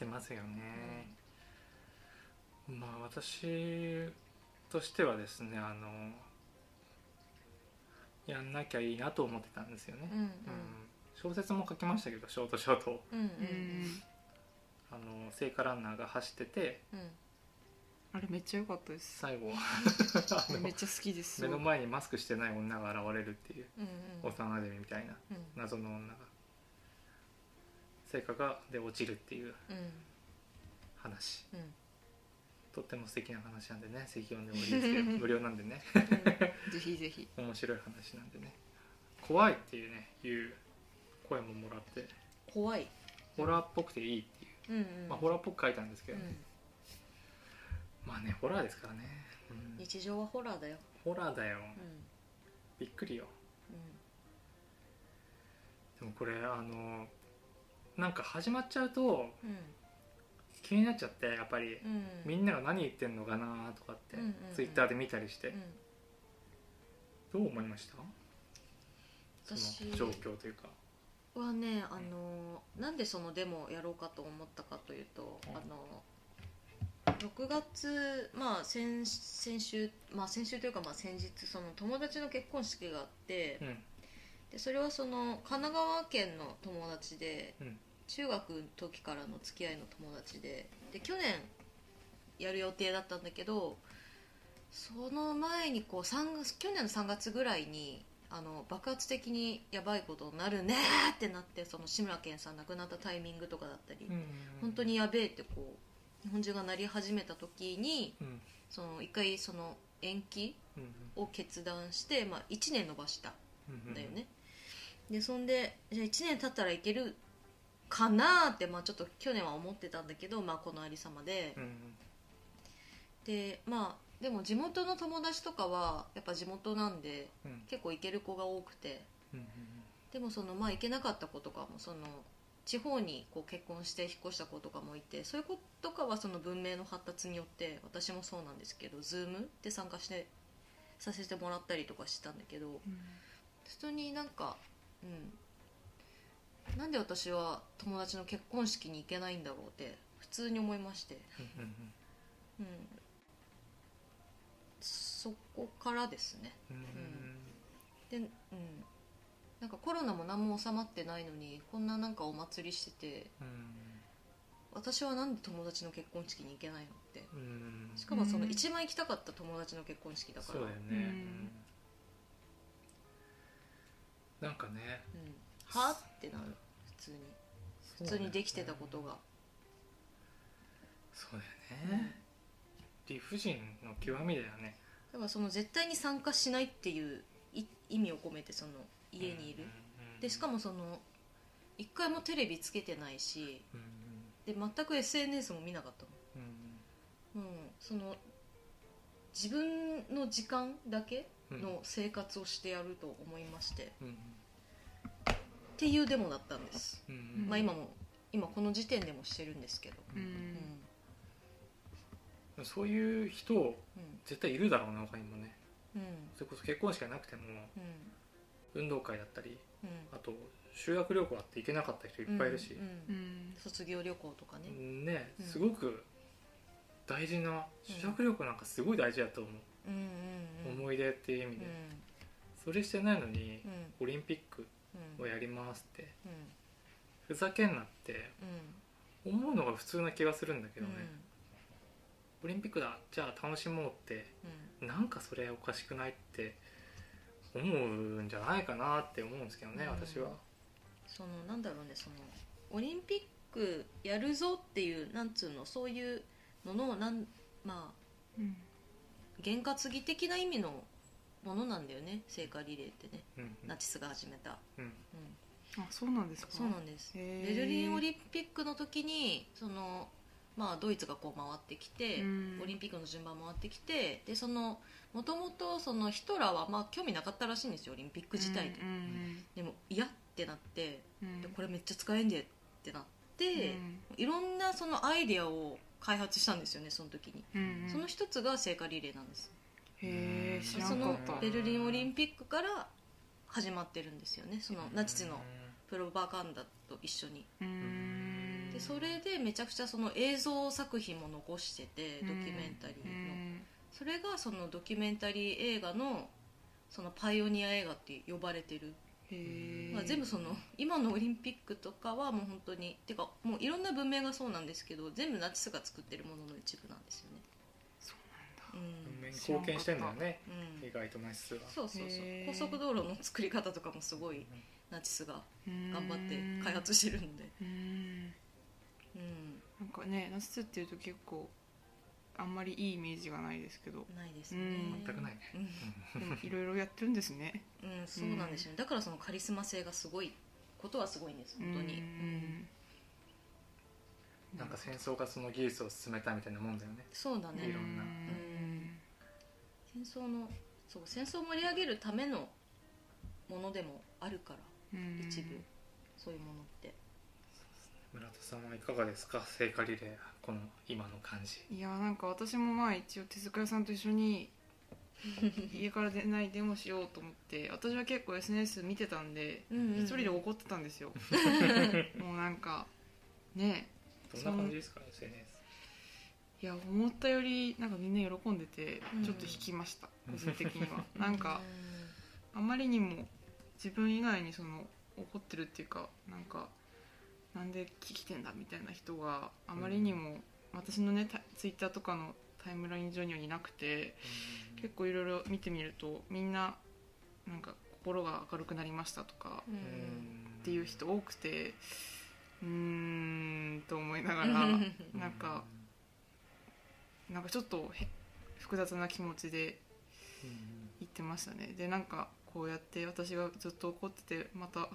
出ますよね、まあ私としてはですねあのやんなきゃいいなと思ってたんですよね
う、んうん
小説も書きましたけどショートショート
うんうん
うん
あの聖火ランナーが走ってて
うんうん
あれめっちゃ良かったです
最後あの
めっちゃ好きです
目の前にマスクしてない女が現れるっていう
うんうん
幼馴染みたいな
う
謎の女が聖火がで落ちるっていうん
うん
話
うん
とっても素敵な話なんでね席読んでもいいですけど
*laughs*
無料なんでね
ぜひぜひ
面白い話なんでね怖いっていうねいう声ももらって
怖い、
ホラーっぽくていいってい
うんうん
う、まあ、ホラーっぽく書いたんですけ
う
ど、
ん
まあねホラーですからね、うん
日常はホラーだよ、
ホラーだよ
うん
びっくりよでもこれあのなんか始まっちゃうと
うん
気になっちゃってやっぱり、
うんうん、
みんなが何言ってんのかなとかって、
うんうんうん
ツイッターで見たりして、
うん
どう思いましたそ
私
の状況というか
はねあのなんでそのデモをやろうかと思ったかというと、
うん
あの6月、まあ、先先週、まあ、先週というか、まあ、先日その友達の結婚式があって、
うん
でそれはその神奈川県の友達で、
うん
中学の時からの付き合いの友達でで去年やる予定だったんだけどその前にこう3月去年の3月ぐらいにあの爆発的にやばいことになるねーってなってその志村けんさん亡くなったタイミングとかだったり、
うん
本当にやべえってこう日本中がなり始めた時に
うん
その一回その延期
うん
を決断して、まあ、1年延ばした
うんうん
だよね、でそんでじゃあ1年経ったらいけるかなーって、まあ、ちょっと去年は思ってたんだけど、まあ、このありさまで、
うん
でまあでも地元の友達とかはやっぱ地元なんで
うん
結構行ける子が多くて
うんうん
でもそのまあ行けなかった子とかもその地方にこう結婚して引っ越した子とかもいてそういう子とかはその文明の発達によって私もそうなんですけど Zoom で参加してさせてもらったりとかしたんだけど、普通になんかうんなんで私は友達の結婚式に行けないんだろうって普通に思いまして、
うんうん
うん、そこからですね
うん
でうんなんかコロナも何も収まってないのにこんななんかお祭りしてて
う
私はなんで友達の結婚式に行けないのって
んうん
しかもその
うん
一番行きたかった友達の結婚式だか
そう
ら
だよね、
うん
なんかね
うん、はってなる普通に普通にできてたことが
そうだよね理不尽の極みだよね
だからその絶対に参加しないっていうい意味を込めてその家にいる、でしか
も、
もその一回もテレビつけてないし
うん
で全く SNS も見なかった
うん
の、うん、その自分の時間だけ
うん
の生活をしてやると思いまして、っ
うん
ていうデモだったんです、
うん
うん
まあ今も今この時点でもしてるんですけど、
う
うん
うん
ん
うんそういう人絶対いるだろうな他にもね
うんうん
それこそ結婚式がなくても
うん
運動会だったり
うん
あと修学旅行あって行けなかった人いっぱいいるし、
うんうん
うん
卒業旅行とかね、
ね
うん
すごく大事な修学旅行なんかすごい大事だと思う、
うんうんうん
思い出っていう意味
うん
で、それしてないのに
う
オ
ん
リンピック
うん
をやりますって
うん
ふざけんなって思うのが普通な気がするんだけ
うん
どね、オリンピックだじゃあ楽しもうって
う
なんかそれおかしくないって思うんじゃないかなって思うんですけどね、
うん
私は。
んそのなんだろうねそのオリンピックやるぞっていうなんつうのそういうののなんまあ
うん
験担ぎ的な意味のものなんだよね聖火リレーってね、
うんうん
ナチスが始めた、
うん
うん、
あそうなんですか
そうなんです
へ
ベ
ー
ルリンオリンピックの時にその、まあ、ドイツがこう回ってきて、
うん
オリンピックの順番回ってきてでそのもともとそのヒトラーはまあ興味なかったらしいんですよオリンピック自体に、
うんうん
でも嫌ってなって
うん
でこれめっちゃ使えんでってなって、いろんなそのアイデアを開発したんですよねその時に、
うんうん
その一つが聖火リレーなんです
へえ知ら
そ
んか
の
った
ベルリンオリンピックから始まってるんですよねそのナチスのプロパガンダと一緒に
うん
でそれでめちゃくちゃその映像作品も残しててドキュメンタリー
う
の
ん
それがそのドキュメンタリー映画のそのパイオニア映画って呼ばれてる、
へえ
まあ、全部その今のオリンピックとかはもう本当にてかもういろんな文明がそうなんですけど全部ナチスが作ってるものの一部なんですよね
そ
う
う
文明
ん、
に貢献してんだよね
う
意
ん、
外とナチスは。
そうそうそう
へー
高速道路の作り方とかもすごいナチスが
な
頑
んだ
張って開発してるので
うん
うん
なんかねナチスっていうと結構あんまりいいイメージがないです
*laughs*
けど
ないですね
うん
全くないね。
うん
でもいろいろやってるんですね
うん、そうなんですよね、だからそのカリスマ性がすごいことはすごいんです本当に、
うん
なんか戦争がその技術を進めたみたいなもんだよね。
そうだ
いろ
ね
んな
うん
戦争のそう戦争を盛り上げるためのものでもあるから
うん
一部そういうものって
村田さんはいかがですか聖火リレーこの今の感じ。
いやなんか私もまあ一応手塚屋さんと一緒に家から出ないデモしようと思って私は結構 SNS 見てたんで一人で怒ってたんで
*laughs*
すよもうなんかね
どんな感じですか SNS。
いや思ったよりなんかみんな喜んでて
うん
ちょっと引きました、個人的にはなんかあまりにも自分以外にその怒ってるっていうかなんかなんで聞きてんだみたいな人があまりにも私のねツイッターとかのタイムライン上にはいなくて結構いろいろ見てみるとみんななんか心が明るくなりましたとか
う
うん
ん
っていう人多くてうーんと思いなが
*laughs*
らなんかなんかちょっとへ複雑な気持ちで言ってましたねでなんかこうやって私がずっと怒っててまた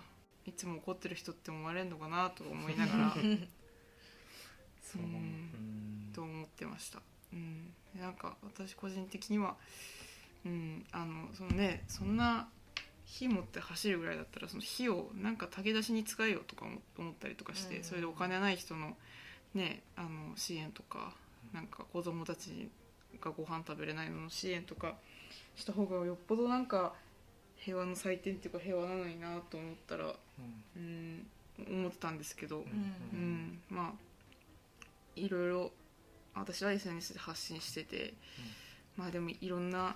いつも怒ってる人って思われるのかなと思いながら
そう思ううん
と思ってました、うん、でなんか私個人的には、うん、あのそのねそんな火持って走るぐらいだったらその火をなんか炊き出しに使えよとか思思ったりとかして、
うん
それでお金ない人の,、ね、あの支援とかなんか子供たちがご飯食べれないのの支援とかした方がよっぽどなんか平和の祭典っていうか平和なのになと思ったら、
うん
うん、思ってたんですけ
う
ど、うん、まあいろいろ私は SNS で発信してて、まあでもいろんな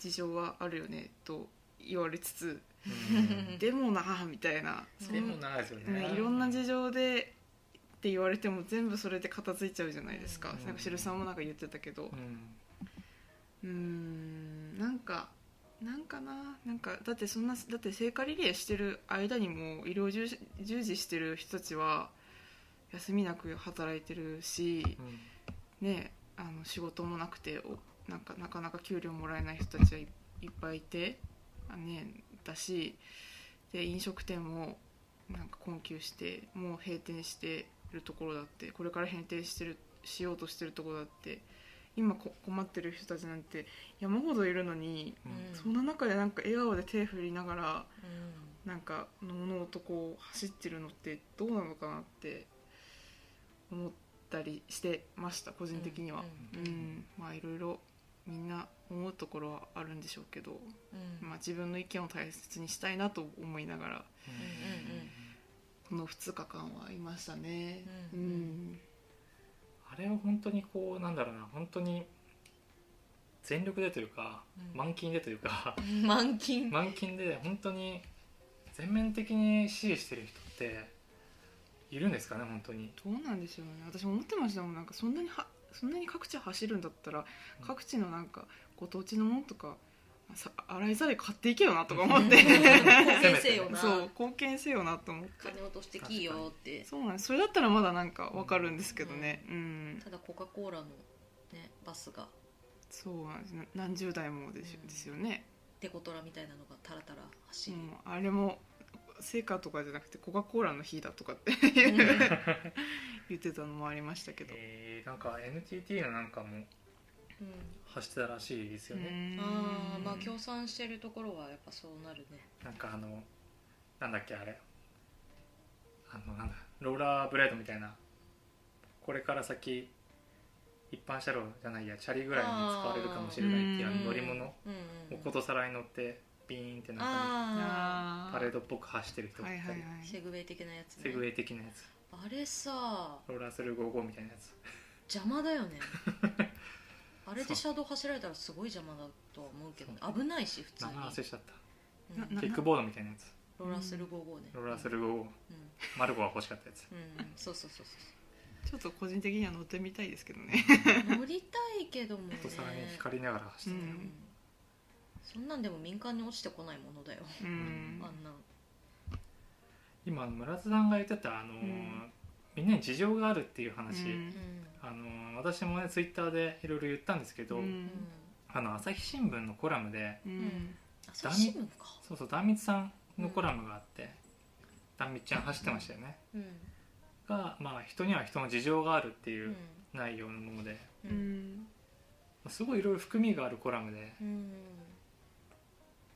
事情はあるよねと言われつつ、
うん
でもなあみたいな
うん
その
でもないですよ
ね
ね。
いろんな事情でって言われても全部それで片付いちゃうじゃないですか、
うん
なんかしるさんもなんか言ってたけど
うん
うーんなんかなんかななんかだってそんなだって聖火リレーしてる間にも医療従事従事してる人たちは休みなく働いてるし
うん
ねあの仕事もなくておなんかなかなか給料もらえない人たちはいいっぱいいて、あね、だしで飲食店もなんか困窮してもう閉店してるところだってこれから閉店してるしようとしてるところだって今こ困ってる人たちなんて山ほどいるのに、
うん
そんな中でなんか笑顔で手振りながら
うん
なんかのうのうとこう走ってるのってどうなのかなって思ったりしてました個人的には。
う
うんんまあいろいろみんな思うところはあるんでしょうけど、
うん
まあ、自分の意見を大切にしたいなと思いながら
うんうん
この2日間はいましたね。
う
うんん
あれを本当にこうなんだろうな本当に全力でというか
うん
満勤でというか
満金
満勤で本当に全面的に支持してる人っているんですかね本当に
どうなんでしょうね私も思ってましたもんなんかそんなにはそんなに各地走るんだったら
うん
各地のなんかご当地のものとかさ洗いざらい買っていけよなとか思って
せ
先
めて
生
ね
よな
そう貢献せよなと思って
金落としてきいよって
そうなんですそれだったらまだなんかわかるんですけどねうん、
ただコカ・コーラの、ね、バスが
そうなんですな何十代もでし
うん
ですよね、
デコトラみたいなのがタラタラ走
う
る、
ん、あれも成果とかじゃなくてコカ・コーラの日だとかって言ってたのもありましたけど、
えーなんか NTT のなんかも
うん
走ってたらしいですよね、
うん
ああまあ協賛してるところはやっぱそうなるね
なんかあのなんだっけあれあのなんだローラーブレードみたいなこれから先一般車両じゃないやチャリぐらいに使われるかもしれないっていう
あ
あ
ー
の乗り物
うん
お
うんう
こ
ん
とさらに乗ってビーンって中
あ
に
あ
パレードっぽく走ってる人
は
が
い
い
はい
た
はい
り
あセグウェイ的なやつ、ね、
セグウェイ的なやつ
あれさ
ローラースルー55みたいなやつ
邪魔だよねあれで車道走られたらすごい邪魔だとは思うけどね
そう
危ないし普通
名
に
前忘れちゃっ
うん
な
た
な
キックボードみたいなやつ
ローラースル55ね
ローラースルー55
うん
マルコが欲しかったやつ
うん、そうそうそうそ
ちょっと個人的には乗ってみたいですけどね
う乗りたいけどもね
おとさらに光りながら走って
う
た
うん
よ
んそんなんでも民間に落ちてこないものだよ、
うん
あんなん
今村津さんが言ってたあのー
うん
みんなに事情があるっていう
う
話、
うん
ん
あのー私もねツイッターでいろいろ言ったんですけど、
うん
あの朝日新聞のコラムで
うん
あそう新聞か
そうそう壇蜜さんのコラムがあって壇蜜ちゃん走ってましたよね、
うん
が、まあ、人には人の事情があるっていううん内容のもので、
う
うんん
すごいいろいろ含みがあるコラムで、
うん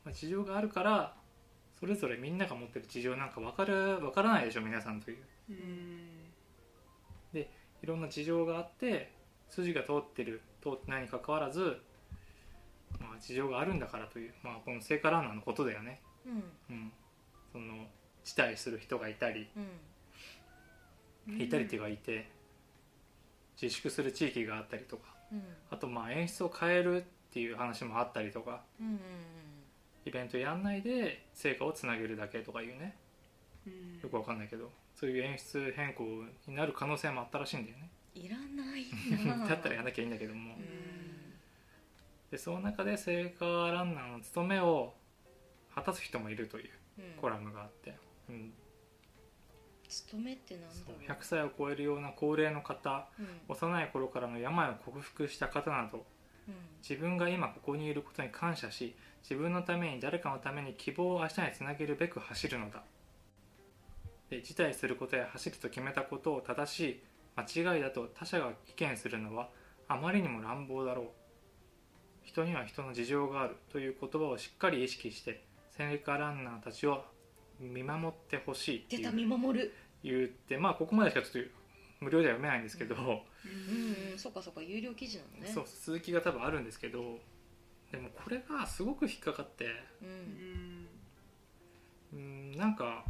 まあ、事情があるからそれぞれみんなが持ってる事情なんか分かる分からないでしょ皆さんという
うん
いろんな事情があって筋が通ってる通ってないにかかわらず、まあ、事情があるんだからという、まあ、この聖火ランナーのことだよね、
うん
うん、その辞退する人がいたりいたりっていうかいて自粛する地域があったりとか
うん
あとまあ演出を変えるっていう話もあったりとか
うんうん
イベントやんないで成果をつなげるだけとかいうね
うん
よくわかんないけどそういう演出変更になる可能性もあったらしいんだよね
いらないな
だったらやんなきゃいいんだけども
うん
でその中で聖火ランナーの務めを果たす人もいるという
うん
コラムがあって、うん、
勤めってなんだ
そ
ろ
う
う
100歳を超えるような高齢の方
うん
幼い頃からの病を克服した方など
うん
自分が今ここにいることに感謝し自分のために誰かのために希望を明日につなげるべく走るのだで辞退することや走ると決めたことを正しい間違いだと他者が意見するのはあまりにも乱暴だろう人には人の事情があるという言葉をしっかり意識して戦略家ランナーたちを見守ってほしいって
出
い
た
う
見守る
言ってまあここまでしかちょっと無料では読めないんですけど、
うんうんそうかそうか有料記事なのね
そう続きが多分あるんですけどでもこれがすごく引っかかって
うん
うんなんか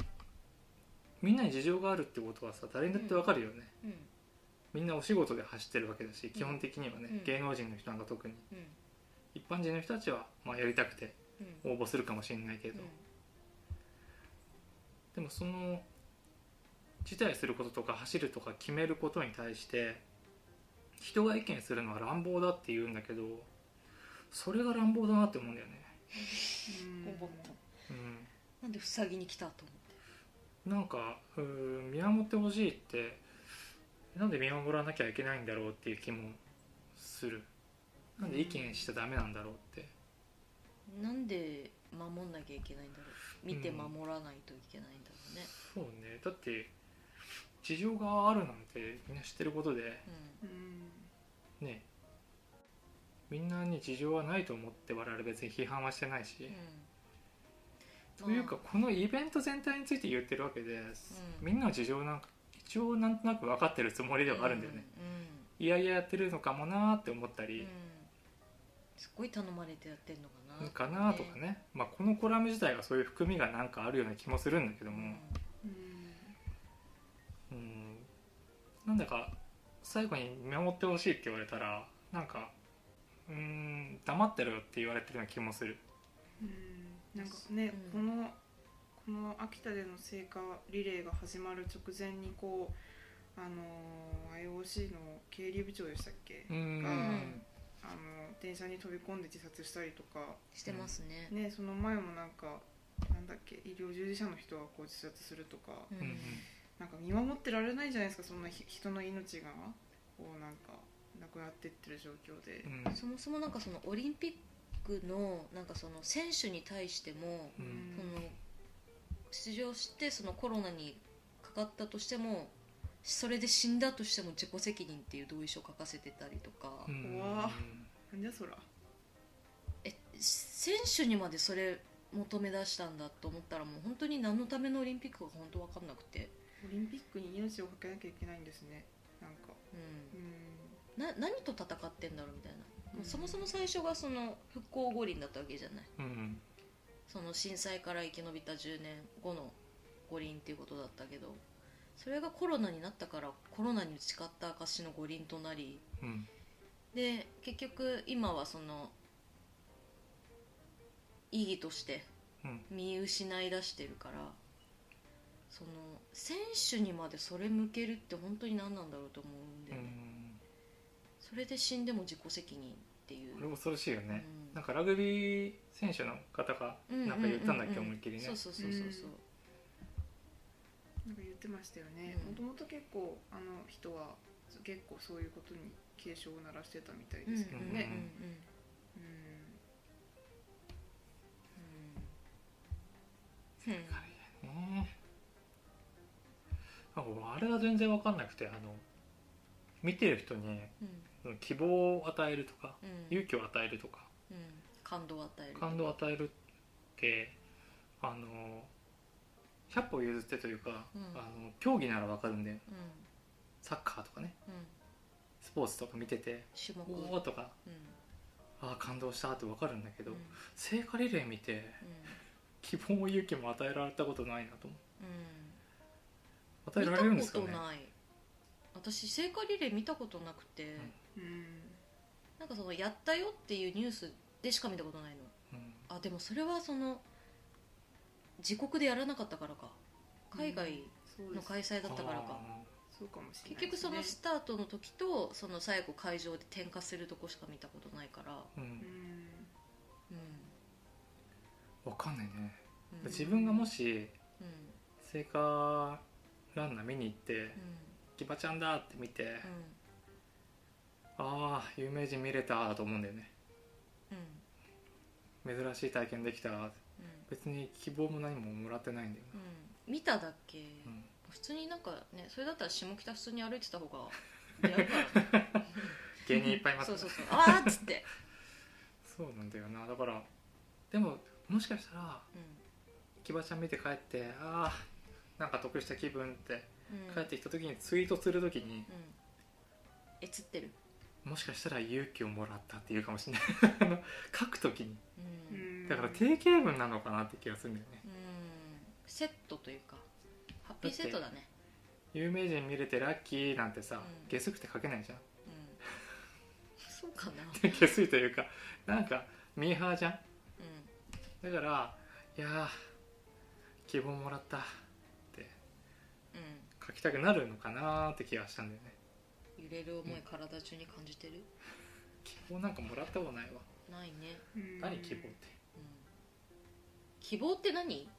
みんなに事情があるってことはさ誰にだってわかるよね、
うん
みんなお仕事で走ってるわけだし基本的にはね、
うん
芸能人の人なんか特に
うん
一般人の人たちは、まあ、やりたくて
うん
応募するかもしれないけど、でもその辞退することとか走るとか決めることに対して人が意見するのは乱暴だって言うんだけどそれが乱暴だなって思うんだよね、
うん思った
うん、
なんで塞ぎに来たと思って
なんかうーん見守ってほしいってなんで見守らなきゃいけないんだろうっていう気もするなんで意見しちゃダメなんだろうって
なんで守んなきゃいけないんだろう見て守らないといけないんだろうね、
そうねだって事情があるなんてみんな知ってることで
うん
うん
ねみんなに事情はないと思って我々別に批判はしてないし、というかこのイベント全体について言ってるわけで、みんなの事情なんか一応なんとなく分かってるつもりではあるんだよね、、
うん
いやいややってるのかもなーって思った
うんうん
り、
すごい頼まれてやってるのかな
かなーとかね、まあ、このコラム自体がそういう含みがなんかあるような気もするんだけど
う
も、
ん
うんなんだか最後に見守ってほしいって言われたらなんかうーん黙ってろよって言われてるような気もする
うんなんかね、
うん
このこの秋田での聖火リレーが始まる直前にこうあのー IOC の経理部長でしたっけ、
うー
うんんあの電車に飛び込んで自殺したりとか、
してますね、
ね、その前もなんかなんだっけ医療従事者の人がこう自殺するとか、
うん
うん
なんか見守ってられないじゃないですかそんなひ人の命がこうなんかなくなってってる状況で
う、ん
そもそもなんかそのオリンピックのなんかその選手に対しても、
うん
う
そ
ん
の出場してそのコロナにかかったとしてもそれで死んだとしても自己責任っていう同意書を書かせてたりとか、
うん
うわなんじゃそら
え選手にまでそれ求め出したんだと思ったらもう本当に何のためのオリンピックか本当分かんなくて、
オリンピックに命をかけなきゃいけないんですねなんかう
うんん、な何と戦ってんだろうみたいな、もうそもそ
も
も最初がその復興五輪だったわけじゃない
うん
その震災から生き延びた10年後の五輪っていうことだったけどそれがコロナになったからコロナに打ち勝った証の五輪となり
うん
で結局今はその意義として
うん
見失い出してるからその選手にまでそれ向けるって本当に何なんだろうと思うんで、
う
ね
ん
それで死んでも自己責任っていう
これ恐ろしいよね、
うん
なんかラグビー選手の方がなんか言ったんだっけ思いっきりね
そうそうそうそうそう、
なんか言ってましたよね
うん
もともと結構あの人は結構そういうことに警鐘を鳴らしてたみたいですけど
うんうん
ね
うん
うん
うんうん
ねなんか俺あれが全然分かんなくてあの見てる人に
うん
希望を与えるとか
うん
勇気を与えるとか
うん、感動を与える
感動を与えるってあの100歩譲ってというか、
うん
あの競技ならわかるんで
うん
サッカーとかね
うん、
スポーツとか見てて
種目
「おお」とか
うん
「ああ感動した」ってわかるんだけ
うん
ど、聖火リレー見て希望も勇気も与えられたことないなと思う
う
与え
ん
られる
うんん、
で
見
す
た
か
こ
ね
とない私聖火リレー見たことなくて、
ん
うん
なんかそのやったよっていうニュースでしか見たことないの
うん
あでもそれはその自国でやらなかったからか海外
そうで
の
す
開催だったからか、
あ
そうかもしれない
結局その
です
スタートの時とその最後会場で点火するとこしか見たことないから、
ーう
ね
ん
うん
わかんないね
うん、
自分がもし
うん
聖火ランナー見に行って
うん
「ギバちゃんだ」って見て
うん
「ああ有名人見れた」だと思うんだよね
うん
珍しい体験できた
う
別に希望も何ももらってないんだよ
んうん、見ただけ、
な、うん
普通になんかねそれだったら下北普通に歩いてた方がやるからね
芸人いっぱいいます
そ
ね
うそうそうあーっつって、
そうなんだよなだからでももしかしたら
う
キバちゃん見て帰ってああんか得した気分って
んうん、
帰ってきた時にツイートする時に
うんえつってる、
もしかしたら勇気をもらったっていうかもしれないあの書く時に
う
うん
うん
ん
だから定型文なのかなって気がするんだよね
セットというかハッピーセットだね
有名人見れてラッキーなんてさ
うん
下水って書けないじゃん *laughs*
うんそうかな、
下水というかなんかミーハーじゃん
う
だからいやー希望もらったって
ん
書きたくなるのかなーって気がしたんだよね
うん、揺れる思い体中に感じてる、
希望なんかもらったことないわ
ないね、
うん
何希望っ
うん、希望って何
て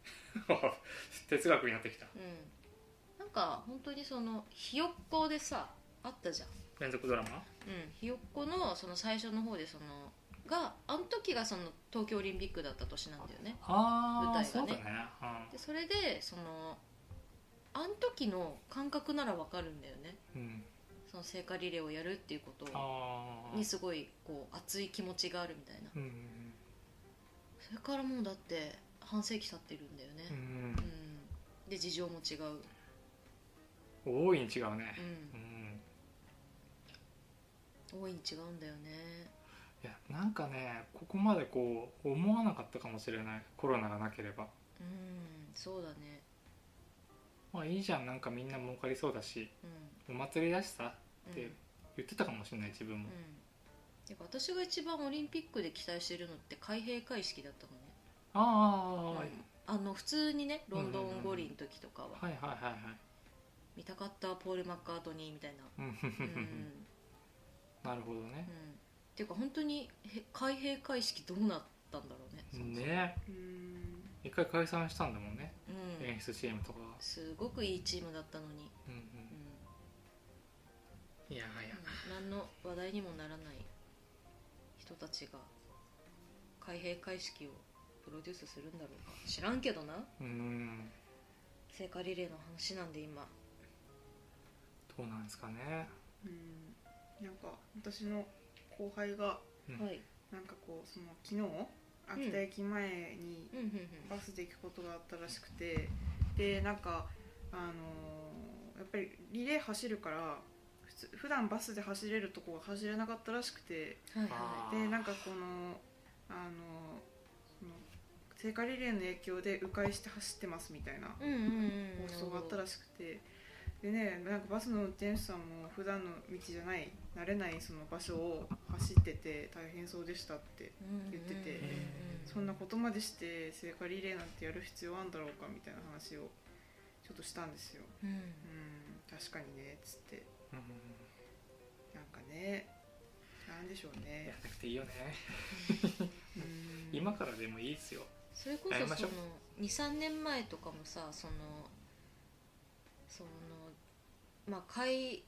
*laughs* 哲学になってきた
うん、なんか本当にそのひよっこでさあったじゃん、
連続ドラマ
うん、ひよっこのその最初の方でそのがあの時がその東京オリンピックだった年なんだよね
あ
ー
あそうだね
そうでそれでそのあの時の感覚ならわかるんだよね
うん、うん
その聖火リレーをやるっていうこと
ああ
にすごいこう熱い気持ちがあるみたいな
うんうん
それからもうだって半世紀経ってるんだよね、
うんうん
うんで事情も違う、うん、
大いに違うねうん
大いに違うんだよね
いやなんかねここまでこう思わなかったかもしれないコロナがなければ
うんそうだね
まあいいじゃんなんかみんな儲かりそうだし
うん
お祭りだしさ
うん
って言ってたかもしれない自分
う
も
ん、てか私が一番オリンピックで期待してるのって開閉会式だったのね
ああ、
あの普通にねロンドン五輪の時とかは
はいはいはいはい
見たかったポール・マッカートニーみたいな、
うん
うんうん、
なるほどね
っていうか本当にへ開閉会式どうなったんだろうねそもそも
ね
うん
一回解散したんだもんね
うん
演出チームとかが
すごくいいチームだったのに、
うん
うん
うんいやいや
何の話題にもならない人たちが開閉会式をプロデュースするんだろうか知らんけどな
うん
聖火リレーの話なんで今
どうなんですかね
うんなんか私の後輩が
うん
はい
なんかこうその昨日秋田駅前に
うんうんうん
バスで行くことがあったらしくてでなんかあのーやっぱりリレー走るから普通普段バスで走れるとこが走れなかったらしくて
はい
あ
は
ー
でなんかこのあのその聖火リレーの影響で迂回して走ってますみたいない
うんうんうん
放送があったらしくてでねなんかバスの運転手さんも普段の道じゃない慣れないその場所を走ってて大変そうでしたって言ってて
うんうんうんうん
そんなことまでして聖火リレーなんてやる必要あんだろうかみたいな話をちょっとしたんですよ。
うん
うん確かにねっつって
うん
なんかねなんでしょう
や
ね。
んなくていいよね
うん
今からでもいいですよ
それこ
やり
そ
まし
そ
ょ
の
う
23年前とかもさそのそのまあ開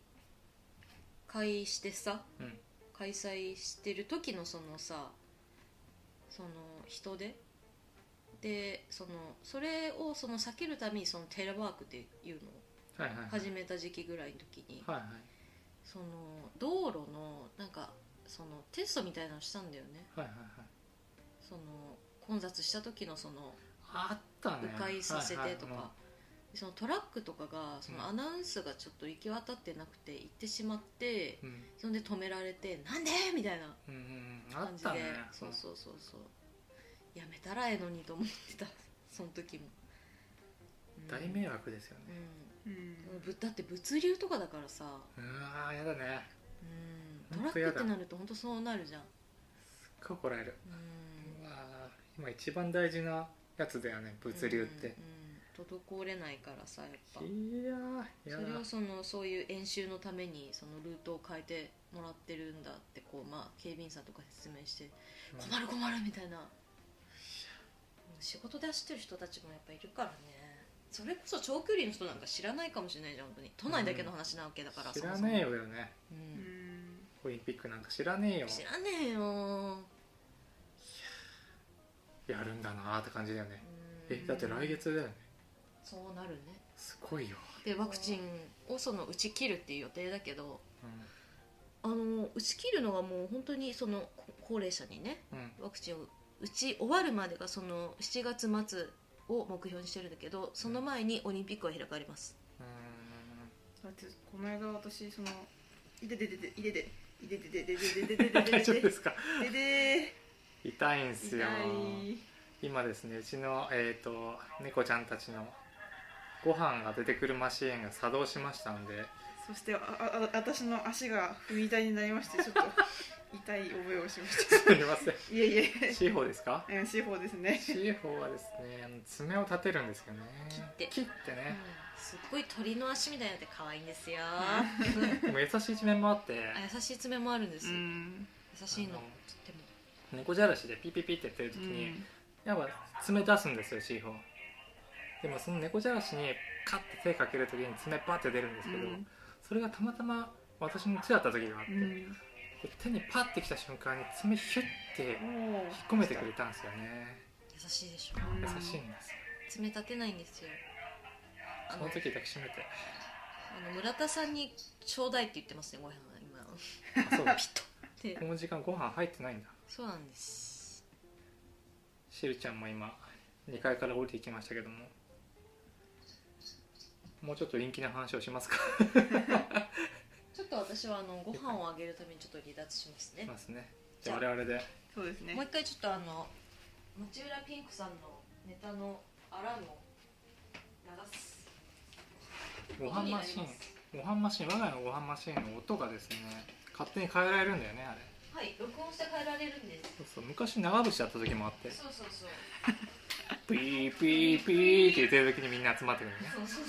開してさ、
うん
開催してる時のそのさその人手でそのそれをその避けるためにそのテレワークっていうのを
はいはいはい
始めた時期ぐらいの時に、
はいはい
その道路のなんかそのテストみたいなのしたんだよね
はいはいはい
その混雑した時のその
あったね
迂回させてとか、
はいはい
そのトラックとかがそのアナウンスがちょっと行き渡ってなくて行ってしまって、
うん
それで止められて「なんで?」みたいな
うんうんうんあ
感
っ
じで、
たね
そうそうそうそうやめたらええのにと思ってた *laughs* その時も、うん
大迷惑ですよ
う
ね
ん
うん
ぶだって物流とかだからさ、
うわーやだね
うん、ト
ほ
ラ
んとやだ
ックってなると本当そうなるじゃん、
すっごい怒られる
うん
うわー今一番大事なやつだよね物流って、
うんうん滞れないからさやっぱ
いやーや
そ
だ
れをそのそういう演習のためにそのルートを変えてもらってるんだってこう、まあ、警備員さんとか説明して
うん
困る困るみたいな仕事で走ってる人たちもやっぱいるからねそれこそ長距離の人なんか知らないかもしれないじゃん本当に都内だけの話なわけだから、
知
そも
ら
そも
ねえよよね
う
うんん
オリンピックなんか知らねえよ
知らねえよ、
やるんだなーって感じだよね
うん
えだって来月だよね
そうなるね
すごいよ、
でワクチンをその打ち切るっていう予定だけど
う
あの打ち切るのがもう本当にそのこ高齢者にね
んうん、
ワクチンを打ち終わるまでがその7月末を目標にしてるんだけどその前にオリンピックは開かれます
うーん
だってこの間私そのいででででいででいでででででででででで
大丈夫
で
ですか
でで
痛いんす
痛
よ
い
今ですねうちの、えー、と猫ちゃんたちのご飯が出てくるマシーンが作動しましたんで
そしてあああ私の足が踏み台になりましてちょっと痛い覚えをしまし
すみません
*laughs* たいえいえ
C 法ですか
えー C4 ですね
C 法はですねあの爪を立てるんですよね
切って
ね、
すっごい鳥の足みたいになって可愛いんですよあ
でも優しい一面もあって
優しい爪もあるんです、
うん
優しいの
あ
と
の
っても
猫じゃらしでピピピってやってる
う
時に、
ん
やっぱ爪出すんですよ C 法でもその猫じゃらしにカッて手かける時に爪バッて出るんですけど、
うん
それがたまたま私の手だった時があっ
う
て、で
ん
手にパッてきた瞬間に爪ヒュッて
おー
引っ込めてくれたんですよね
優しいでしょ
うん
優しいんですよ
爪立てないんですよあ
そ
の
の時抱きしめて
あの村田さんに「ちょうだい」って言ってますねご飯
*laughs*
今
あそうだ
ピッ
こ
て
の時間ご飯入ってないんだ
そうなんです
シェルちゃんも今2階から降りてきましたけどももうちょっと陰気な話をしますか
ちょっと私はあのご飯をあげるためにちょっと離脱しますね
しますねじゃあ我々で
そうですね
もう一回ちょっとあの町浦ピンクさんのネタのアラームを流す
ご飯マシーンご飯マシーン我が家のご飯マシーンの音がですね勝手に変えられるんだよねあれ
はい録音して変えられるんです
そうそう昔長渕だった時もあって
そうそうそう
ピーピーピーって言ってる時にみんな集まってくるのね
そうそうそう、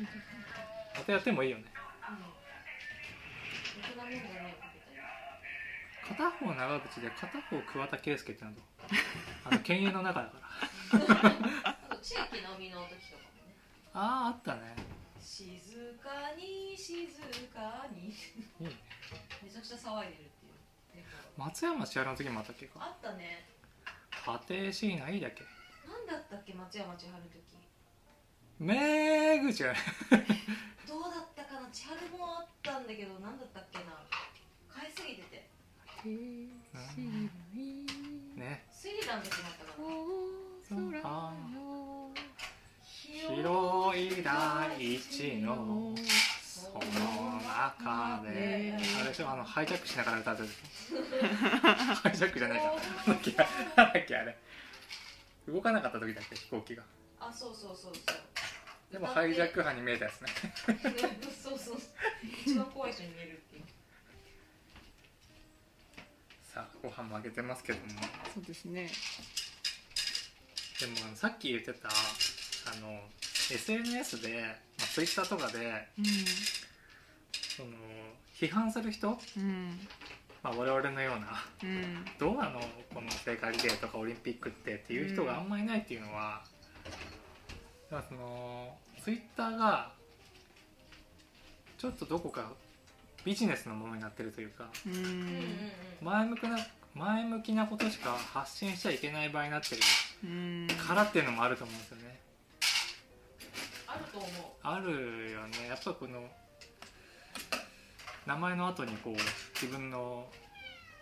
またやってもいいよね
うん、ろくなもんじゃないかみたいな
片方長渕で片方桑田佳祐ってなどあの犬猿の中だから *laughs* あ
あと地域のみの時とかもね
あーあったね
静かに静かに
いいね
めちゃくちゃ騒いでるっていう猫
松山千春の時もあったっけ
が
か
あったね
家庭シーンないだっけ
何だったっけ松山千春の時
めーぐちゃない *laughs*
どうだったかな千春もあったんだけど何だったっけな買いすぎてて
ね
スリラの時もあったかな
広い大地のその中であれでしょあのハイジャックしながら歌ってるハイジャックじゃないかなんだっけなんだっけあれ動かなかった時だっけ飛行機が
あそうそうそうそう
でもハイジャック派に見えたやつね
そうそう一番怖い人に見えるっていう
さあご飯もあげてますけども
そうですね
でもあのさっき言ってたあの SNS で、まあ、Twitter とかでその批判する人、
うんうん
まあ、我々のような
うん
どうなのこの聖火リレーとかオリンピックってっていう人があんまいないっていうのは、だからそのツイッターがちょっとどこかビジネスのものになってるというか
うん
うんうんうん
前向きな前向きなことしか発信しちゃいけない場合になってる
うん
からっていうのもあると思うんですよね。
あると思う
あるよねやっぱこの名前の後にこう自分の、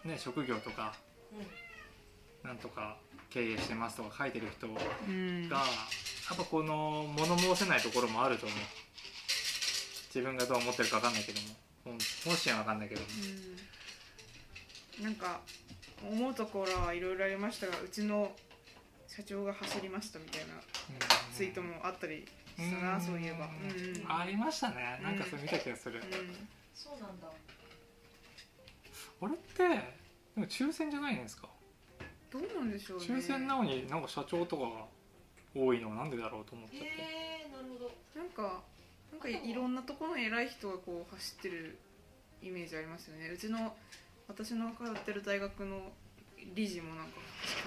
ね、職業とか
うん
なんとか経営してますとか書いてる人
うん
がやっぱこの物申せないところもあると思う自分がどう思ってるか分かんないけども本本心は分かんないけども
うんなんか思うところはいろいろありましたがうちの社長が走りましたみたいなツイートもあったりしたな、
うん
そういえば、うんうん
ありましたねなんかそれ見た気がする、
そうなんだ
あれってでも抽選じゃないんですか
うん、どうなんでしょうね
抽選な
なん
のになんか社長とかが多いのはなんでだろうと思っちゃって、
へえなるほど
かなんかいろんなところの偉い人がこう走ってるイメージありますよねうちの私の通ってる大学の理事もなんか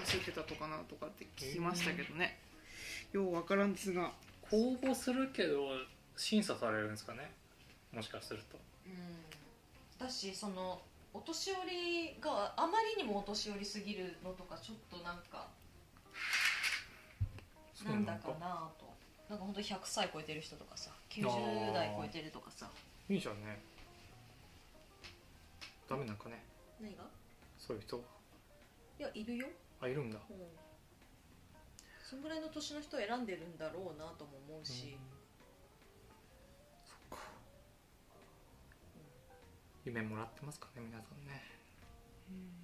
走ってたとかなとかって聞きましたけどね、ようわからんですが
公募するけど審査されるんですかねもしかすると
うんだしそのお年寄りがあまりにもお年寄りすぎるのとかちょっとなんかなんだかなとなんか本当に100歳超えてる人とかさ90代超えてるとかさ
いいじゃんねダメなんかね
何が
そういう人
いやいるよ、
あいるんだ
うん、そんぐらいの年の人を選んでるんだろうなとも思うし、
そっか夢もらってますかね皆さんね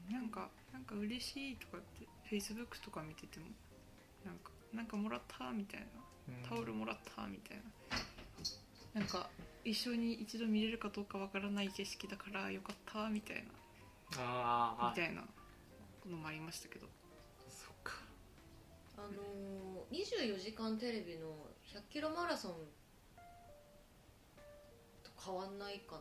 うんなんかなんか嬉しいとかってフェイスブックとか見ててもなんかなんかもらったみたいなタオルもらったみたいななんか一緒に一度見れるかどうかわからない景色だからよかったみたい
あ
な
あ
みたいなのもありましたけど
そっか
あのー24時間テレビの100キロマラソンと変わんないか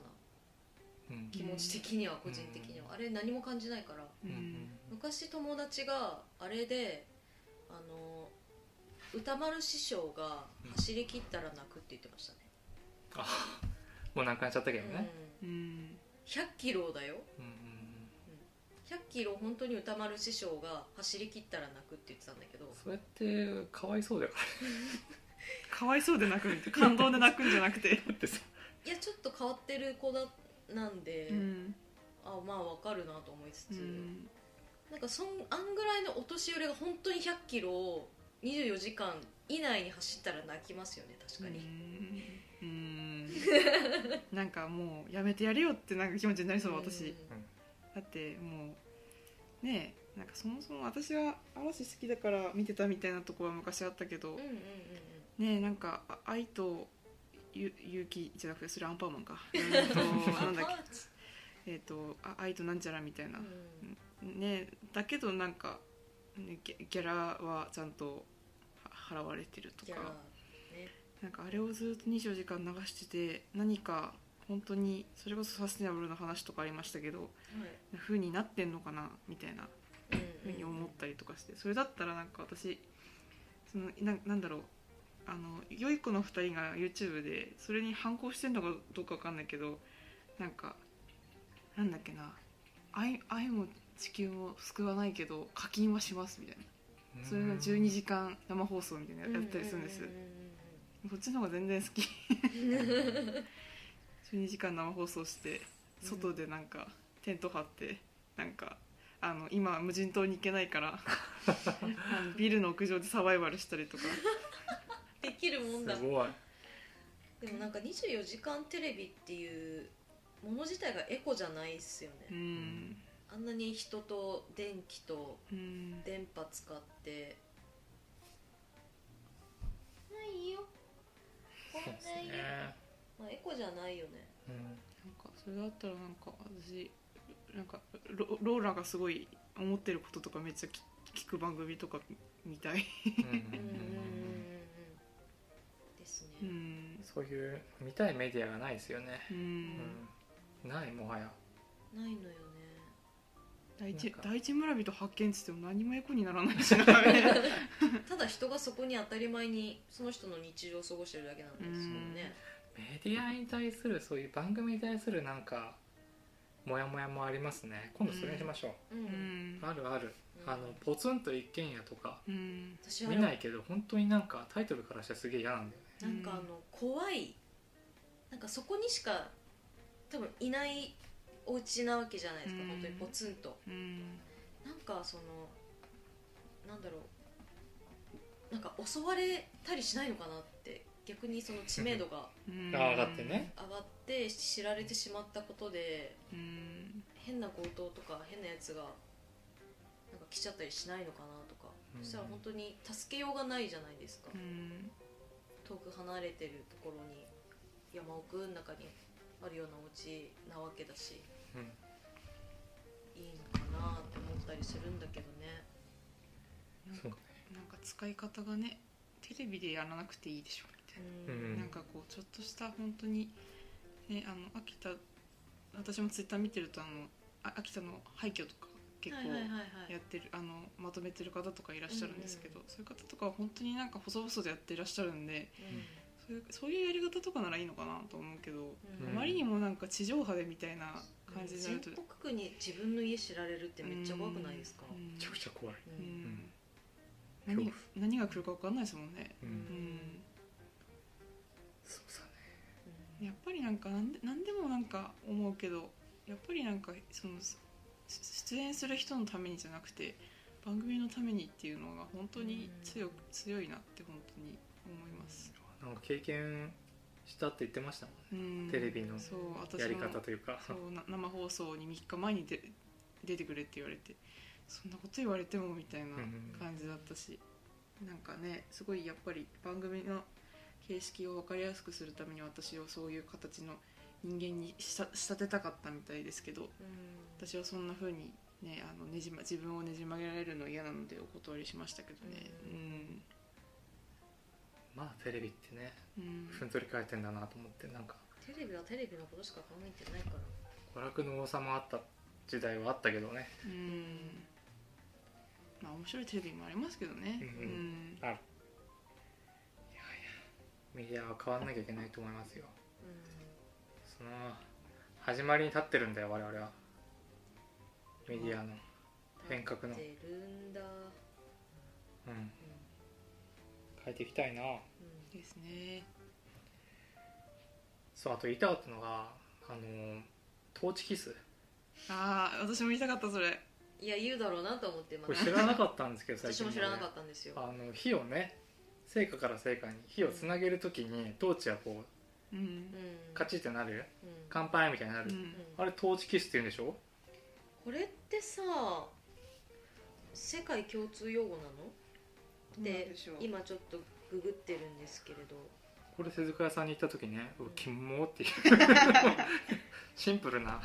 な
うん
気持ち的には個人的には、あれ何も感じないから
う
うんん
昔友達があれであの歌丸師匠が走り切ったら泣くって言ってましたね、
もうなくなっちゃったけど
うん
ね
うん
100キロだよ
うん
100キロ本当に歌丸師匠が走り切ったら泣くって言ってたんだけど
それってかわいそうだよ
かわいそうで泣くみたいな感動で泣くんじゃなくて、
だってさ
いやちょっと変わってる子だなんで、
*laughs* うん
あまあわかるなと思いつ
う
つ、
ん
なんかそんあんぐらいのお年寄りが本当に100キロを24時間以内に走ったら泣きますよね確かに、
うんなんかもうやめてやるよってなんか気持ちになりそう私、
うん
だってもうねえなんかそもそも私は嵐好きだから見てたみたいなとこは昔あったけ
う
ど、
んうんうん
ねえなんかあ愛とゆ勇気じゃなくてそれアンパンマ *laughs* ンかえーとなんだっけえっ、とあ愛となんちゃらみたいな、
うん
ねえだけどなんか、ね、ギャギャラはちゃんとは払われてると
ギャラ
か
ね
なんかあれをずっと24時間流してて何か本当にそれこそサステナブルの話とかありましたけどな風になってんのかなみたいな
はい
ふうに思ったりとかしてそれだったらなんか私そのななんだろうあの良い子の2人が YouTube でそれに反抗してんのかどうかわかんないけどなんかなんだっけな愛愛も地球も救わないけど課金はしますみたいなそれの12時間生放送みたいなのやったりするんです
う
こっちの方が全然好き
うんうんうんうん
12時間生放送して
うん
外でなんかテント張ってなんかあの今無人島に行けないから
*laughs*
あのビルの屋上でサバイバルした
*laughs*
りとか
できるもんだ
すごい
でもなんか24時間テレビっていうもの自体がエコじゃないっすよ
う
ね、
ん
あんなに人と電気と
うん
電波使ってないよ
そ
来
うです
ないよ、
ね
まあ、エコじゃないよね
うん
なんかそれだったらなんか私なんかロローラがすごい思ってることとかめっちゃき聞く番組とか見たい
うんうんうんうんうんです
う
ね、
ん
そういう見たいメディアがないですよね、
う
うんんないもはや
ないのよね
第
なん
一
か
第一村人発見っつっても何もエコにならないし
*laughs*
な *laughs* ね
ただ人がそこに当たり前にその人の日常を過ごしてるだけなんですもんね
メディアに対するそういう番組に対するなんかモヤモヤもありますね今度それにしましょ
うん、
う、
うん
あるある
うん
あのポツンと一軒家とか
うん
私あ
見
れ
ないけど本当になんかタイトルからしてすげえ嫌なんだよね
なんかあの怖いなんかそこにしか多分いないお家なわけじゃないですか、
うん
本当にポツンと
うん
なんかそのなんだろうなんか襲われたりしないのかなって逆にその知名度が
うん
ああだってね
上がって知られてしまったことで
うん
変な強盗とか変なやつがなんか来ちゃったりしないのかなとか、
うん
そしたら本当に助けようがないじゃないですか、
うん
遠く離れてるところに山奥の中にあるようなお家なわけだし
うん
いいのかなって思ったりするんだけどね
そうね
なんか使い方がねテレビでやらなくていいでしょみたいな、
うん
なんかこうちょっとした本当にねあの秋田私もツイッター見てるとあのあ秋田の廃墟とか結構
はいはいはいはい
やってる、あのまとめてる方とかいらっしゃるんですけど、そういう方とかは本当になんか細々とやっていらっしゃるんでそういうそういうやり方とかならいいのかなと思うけど、
うん
あまりにもなんか地上波でみたいな感じになると、
全国区に自分の家知られるってめっちゃ怖くないですか、
うん
めちゃくちゃ怖い、
う
うんん
うん恐
何が何が来るか分かんないですもんね、
う、
うんん、
そうさね
うん
やっぱりなんかなんでなんでもなんか思うけどやっぱりなんかそのす出演する人のためにじゃなくて番組のためにっていうのが本当に強く強いなって本当に思います、
なんか経験したって言ってましたもんね
うん
テレビの
そう私も
やり方というか
そうな生放送に3日前にで出てくれって言われてそんなこと言われてもみたいな
うん
感じだったし、なんかねすごいやっぱり番組の形式を分かりやすくするために私をそういう形の人間にした仕立てたかったみたいですけど
うん
私はそんな風にねあのねじ、ま、自分をねじ曲げられるの嫌なのでお断りしましたけどね
*laughs* まあテレビってね
うん、うん
ふんぞり返ってんだなと思ってなんか
テレビはテレビのことしか考えてないから
娯楽の王様あった時代はあったけどね
うんまあ面白いテレビもありますけどね
うんあるいやいやメディアは変わんなきゃいけないと思いますよ
う
その始まりに立ってるんだよ我々はメディアの
ん
変革の
立ってるんだ、うん
うん変えていきたいな
うん
いですね
そうあと言いたかったのがあの統治キス
ああ私も言いたかったそれ
いや言うだろうなと思って今
これ知らなかったんですけど
私も知らなか
っ
ったんですよ
あの火をね成果から成果に火をつなげるときに統治はこう
う
う
んん
カチってなる
うん
乾杯みたいにな
う
る、
ん
うん
あれ統治キスって言うんでしょ
これってさ世界共通用語なの
どうなんでしょう
今ちょっとググってるんですけれど
これ手塚屋さんに行った時ね「うわキモ」っていう
*laughs*
シンプルな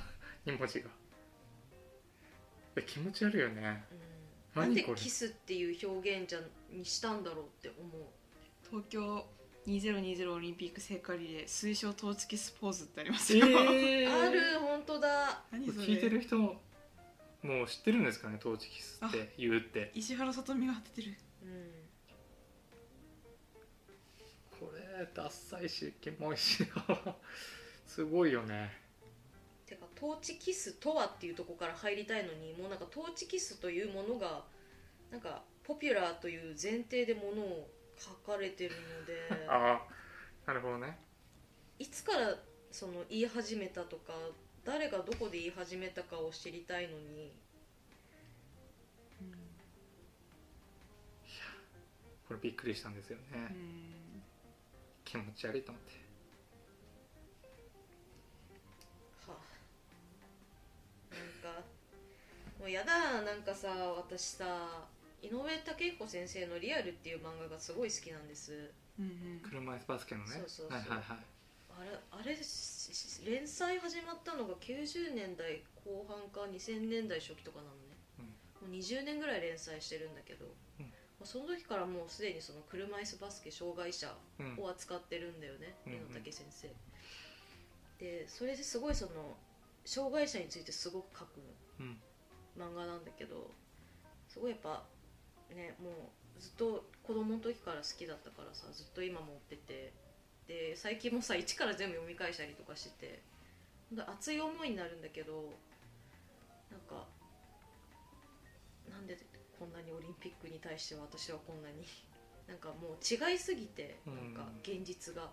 2文字がえ気持ち悪いよね
うん、なん
何
で
これ
キスっていう表現じゃにしたんだろうって思う
東京2020オリンピック聖火リレー推奨統治キスポーズってありますよ、
え
ある本当だ
*laughs* 何それ
聞いてる人ももう知ってるんですかね統治キスって言うって
石原さとみが出てる
うん
これダッサいしキモいし *laughs* すごいよね
てかトーチキスとはっていうとこから入りたいのにもうなんかトーチキスというものがなんかポピュラーという前提でものを書かれてるので *laughs*
ああなるほどね
いつからその言い始めたとか誰がどこで言い始めたかを知りたいのに
これびっくりしたんですよね、
うん
気持ち悪いと思って
はあなんかもうやだなんかさ私さ井上武彦先生の「リアル」っていう漫画がすごい好きなんです
うんうん
車椅子バスケのね
そうそう
は
そう
いはいはい
あれあれしし連載始まったのが90年代後半か2000年代初期とかなのね、もう20年ぐらい連載してるんだけど、
うん
もうその時からもうすでにその車椅子バスケ障害者
うん
を扱ってるんだよね
うん
猪竹先生、でそれですごいその障害者についてすごく書く
うん
漫画なんだけどすごいやっぱねもうずっと子供の時から好きだったからさずっと今持っててで最近もさ一から全部読み返したりとかしててほんと熱い思いになるんだけどなんかなんでこんなにオリンピックに対しては私はこんなに *laughs* なんかもう違いすぎて
う
なんんか現実が、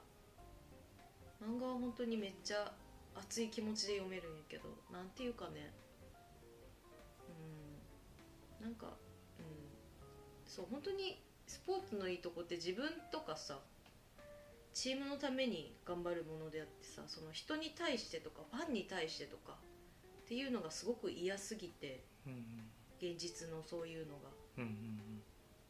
漫画は本当にめっちゃ熱い気持ちで読めるんやけどなんていうかねうんなんか、うん、そう本当にスポーツのいいとこって自分とかさチームのために頑張るものであってさその人に対してとかファンに対してとかっていうのがすごく嫌すぎて
うん
現実のそういうのが
うんうんうん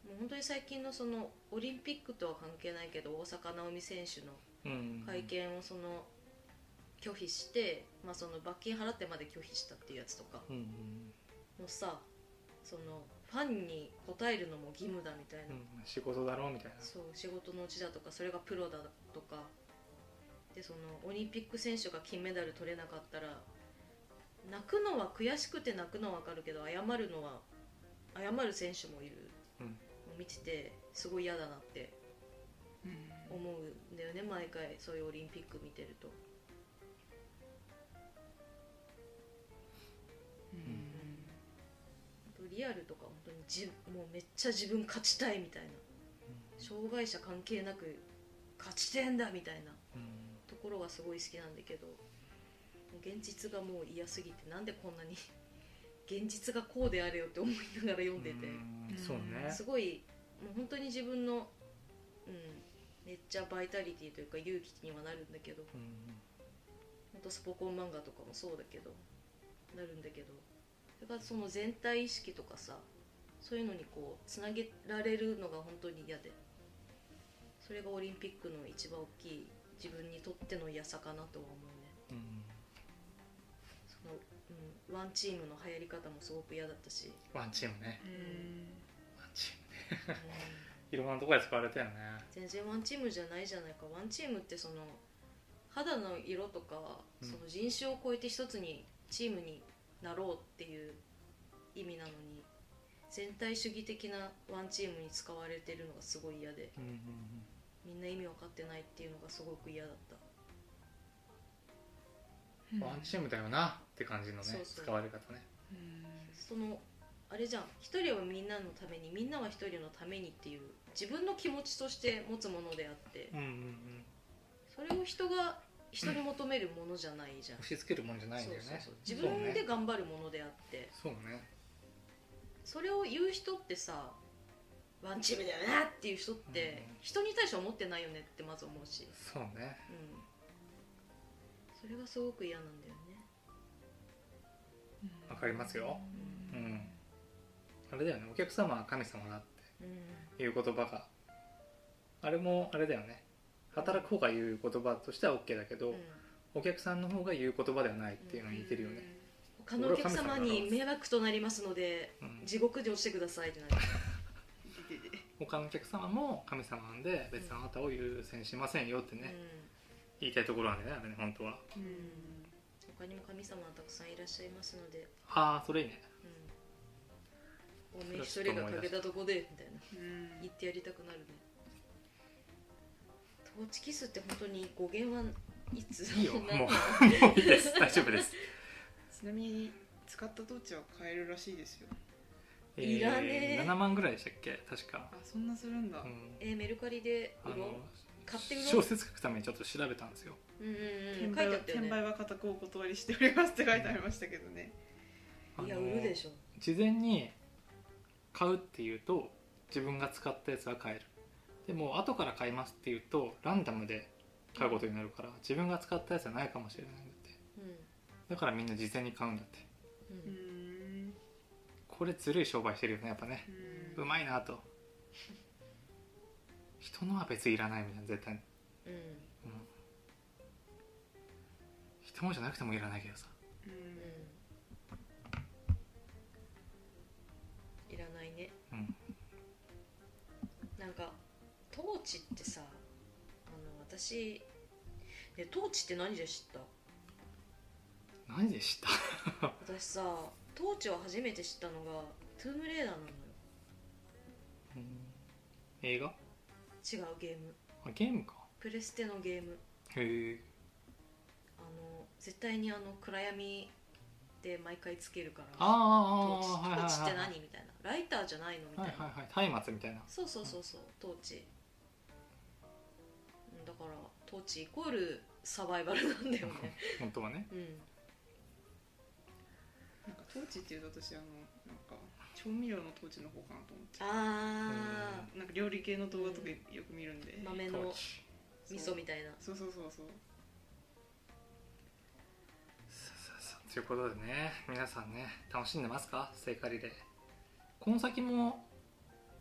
もう本当に最近のそのオリンピックとは関係ないけど大坂なおみ選手の
うん
会見をその拒否して、まあ、その罰金払ってまで拒否したっていうやつとか
うん
もさそのファンに応えるのも義務だみたいな、
うんうん仕事だろうみたいな
そう仕事のうちだとかそれがプロだとかでそのオリンピック選手が金メダル取れなかったら泣くのは悔しくて泣くのは分かるけど謝るのは謝る選手もいる、
うん
を見ててすごい嫌だなって
うん
思うんだよね毎回そういうオリンピック見てると。
うん
リアルとか本当にじもうめっちゃ自分勝ちたいみたいな障害者関係なく勝ちてんだみたいな
うん
ところがすごい好きなんだけど現実がもう嫌すぎてなんでこんなに *laughs* 現実がこうであれよって思いながら読んでて、
うんそうね
すごいもう本当に自分の、うん、めっちゃバイタリティというか勇気にはなるんだけど
うん
ほんとスポコン漫画とかもそうだけどなるんだけどそれがその全体意識とかさそういうのにこうつなげられるのが本当に嫌でそれがオリンピックの一番大きい自分にとっての嫌さかなとは思うね
うん
その、うん、ワンチームの流行り方もすごく嫌だっ
*laughs*
たし、
ワンチームね
うん
ワンチームね
うん
いろんなところで使われたよね
全然ワンチームじゃないじゃないかワンチームってその肌の色とか、
うん
その人種を超えて一つにチームになろうっていう意味なのに全体主義的なワンチームに使われてるのがすごい嫌で
うんうん
みんな意味分かってないっていうのがすごく嫌だった
うんワンチームだよなって感じの
そ
ね
うそう
使われ方ね
うん
そのあれじゃん一人はみんなのためにみんなは一人のためにっていう自分の気持ちとして持つものであって
うんうんうん
それを人が人に求めるものじゃないじゃん、
押し付けるもんじゃないんだよね
そうそうそう自分で頑張るものであって
そうねそうね
それを言う人ってさワンチームだよなっていう人って
うん
人に対して思ってないよねってまず思うし、
そうね
うん、それがすごく嫌なんだよね
わかりますよ
う
うんんあれだよねお客様は神様だっ
うん
ていう言葉があれもあれだよね働く方が言う言葉としては OK だけど、お客さんの方が言う言葉ではないっていうのに似てるよね、
うん他のお客様に迷惑となりますので
うん
地獄に落ちてくださいってなる
ででで
他のお客様も神様なんで別のあなたを優先しませんよってね、言いたいところなんだよねあれね本当は
う
うん
ん
他にも神様はたくさんいらっしゃいますので、
ああそれいいね
うん、おめえ一人が欠けたとこでみたいな
うん
言ってやりたくなるねトーチキスって本当に語源はいつ
いいよも
何
うもういい
*laughs*
です大丈夫です
ちなみに使ったトーチは買えるらしいですよ
いらねえ
7万ぐらいでしたっけ確か
あ、そんなするんだ、
うん
えーメルカリで
あ
売ろう
の
買って売ろう
小説書くためにちょっと調べたんですよ
うんうんうん書
転
いて
売
あっ
は
たよ
転
ね
売は固くお断りしておりますって書いてありましたけどね
あの
いや売るでしょ
事前に買うっていうと自分が使ったやつは買えるでも後から買いますっていうとランダムで買うことになるから自分が使ったやつはないかもしれないんだって
う
だからみんな事前に買うんだって
ん
う
うん
ん
これずるい商売してるよねやっぱね
うん
うまいなと人のは別にいらないみたいな絶対に、
うん
うん、人のじゃなくてもいらないけどさ
う
うんんいらないね
うん
なんかトーチってさあの私ねトーチって何で知った
何でした
私さトーチを初めて知ったのがトゥームレーダーなのよ
映画
違うゲーム
あゲームか
プレステのゲーム
へえ
あの絶対にあの暗闇で毎回つけるから
ああ
トー
ああああ
チトーチって
はい
何みたいなライターじゃないのみたい
はい
な、
はいはい松明みた
*laughs*
いな
そうそうそうそうトーチうんだからトーチイコールサバイバルなんだよね
本当はね
うん
なんかトーチっていうと私あのなんか調味料のトーチの方かなと思って
ああ
なんか料理系の動画とかよく見るんで、
豆
トー
の
チ
そう
味噌みたいな
そうそうそうそう
さあさあさあということでね皆さんね楽しんでますか聖火リレーこの先も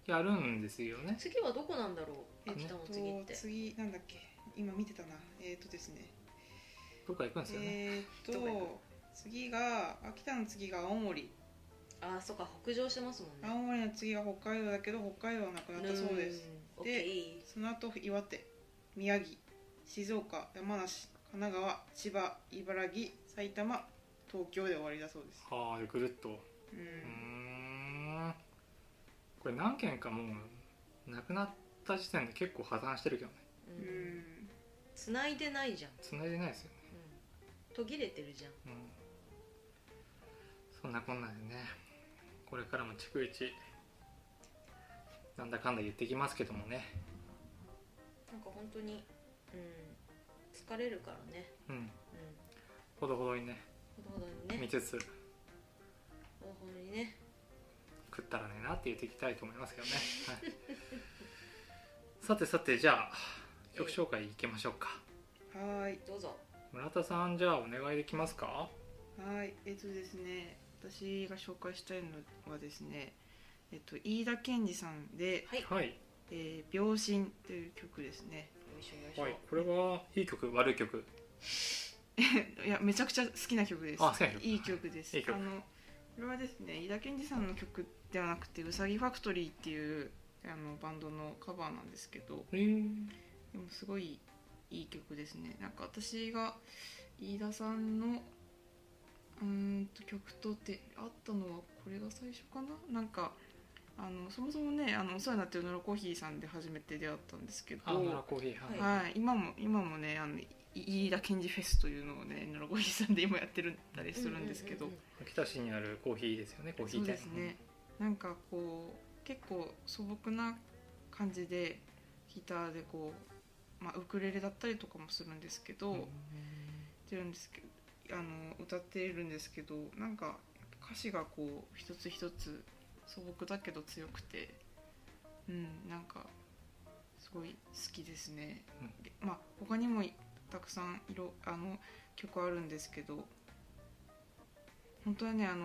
やるんですよね
次はどこなんだろう
え
秋田の次っ
ってと次なんだっけ今見てたなえっ、とですね
どっか行くんですよね、
えっ、
どこ行
と次が秋田の次が青森
ああそっか北上してますもんね
青森の次が北海道だけど北海道はなくなったそうです
うん
で
OK
その後岩手宮城静岡山梨神奈川千葉茨城埼玉東京で終わりだそうです
はあぐるっと
うん、
うーんこれ何件かもうなくなった時点で結構破綻してるけどね
う
うんん
繋いでないじゃん、
繋いでないですよね、
うん、途切れてるじゃん
うん、そんなこんなでねこれからも逐一なんだかんだ言ってきますけどもね
なんか本当にうん疲れるからね
うん
うん
ほどほどにね
ほどほど
見
にね
つつ
ほどほどにね
食ったらねえなって言っていきたいと思いますけどね、はい、さてさてじゃあ曲紹介いきましょうか
はーい
どうぞ
村田さんじゃあお願いできますか
はい、えっとですね、私が紹介したいのはですね、えっと飯田健二さんで、
はい
はい
えー秒針という曲ですね。 *laughs*
よいしょよいしょ、
はい、これはいい曲悪い曲
いや、めちゃくちゃ好きな曲です。
あ好きな曲
いい曲です。
いい曲
あのこれはですね、飯田健二さんの曲ではなくて、うさぎファクトリーっていうあのバンドのカバーなんですけど、
へえ
でもすごいいい曲ですね。なんか私が飯田さんのうーんと曲とってあったのはこれが最初かな。なんかあのそもそもねあのお世話になってるノロコーヒーさんで初めて出会ったんですけど、
あノラ
は
コーヒーはい、
はい
今も今もねあのい飯田健二フェスというのをねノロコーヒーさんで今やってるんだりするんですけど、
ううう
秋田市にあるコーヒーですよねコーヒ
そ
ー
う
店
ですね。なんかこう結構素朴な感じでギターでこう、まあ、ウクレレだったりとかもするんですけど、
うん
ってるんですけどあの歌ってるんですけどなんか歌詞がこう一つ一つ素朴だけど強くてうんなんかすごい好きですね、
うん
でまあ他にもたくさん色あの曲あるんですけど本当はねあのあ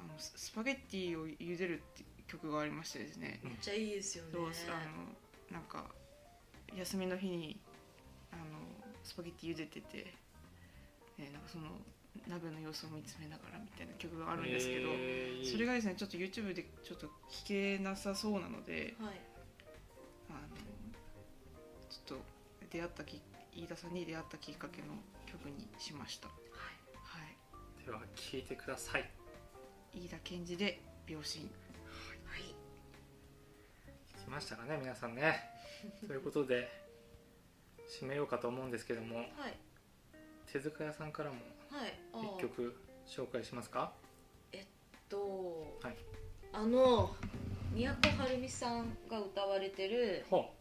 のススパゲッティを茹でるって曲がありましてですね、
めっちゃいいですよね
そうあのなんか休みの日にあのスパゲッティ茹でてて、えなんかその鍋の様子を見つめながらみたいな曲があるんですけど、
えー
それがですねちょっと YouTube でちょっと聞けなさそうなので
はい
あのちょっと出会ったき飯田さんに出会ったきっかけの曲にしました。は
では聞いてください
い、飯田健二で秒針
はい
聞きましたかね皆さん
*laughs*
ねということで締めようかと思うんですけども
はい
手塚屋さんからも
はいあー
一曲紹介しますか
と、
はい
あの宮古はるみさんが歌われてる
ほ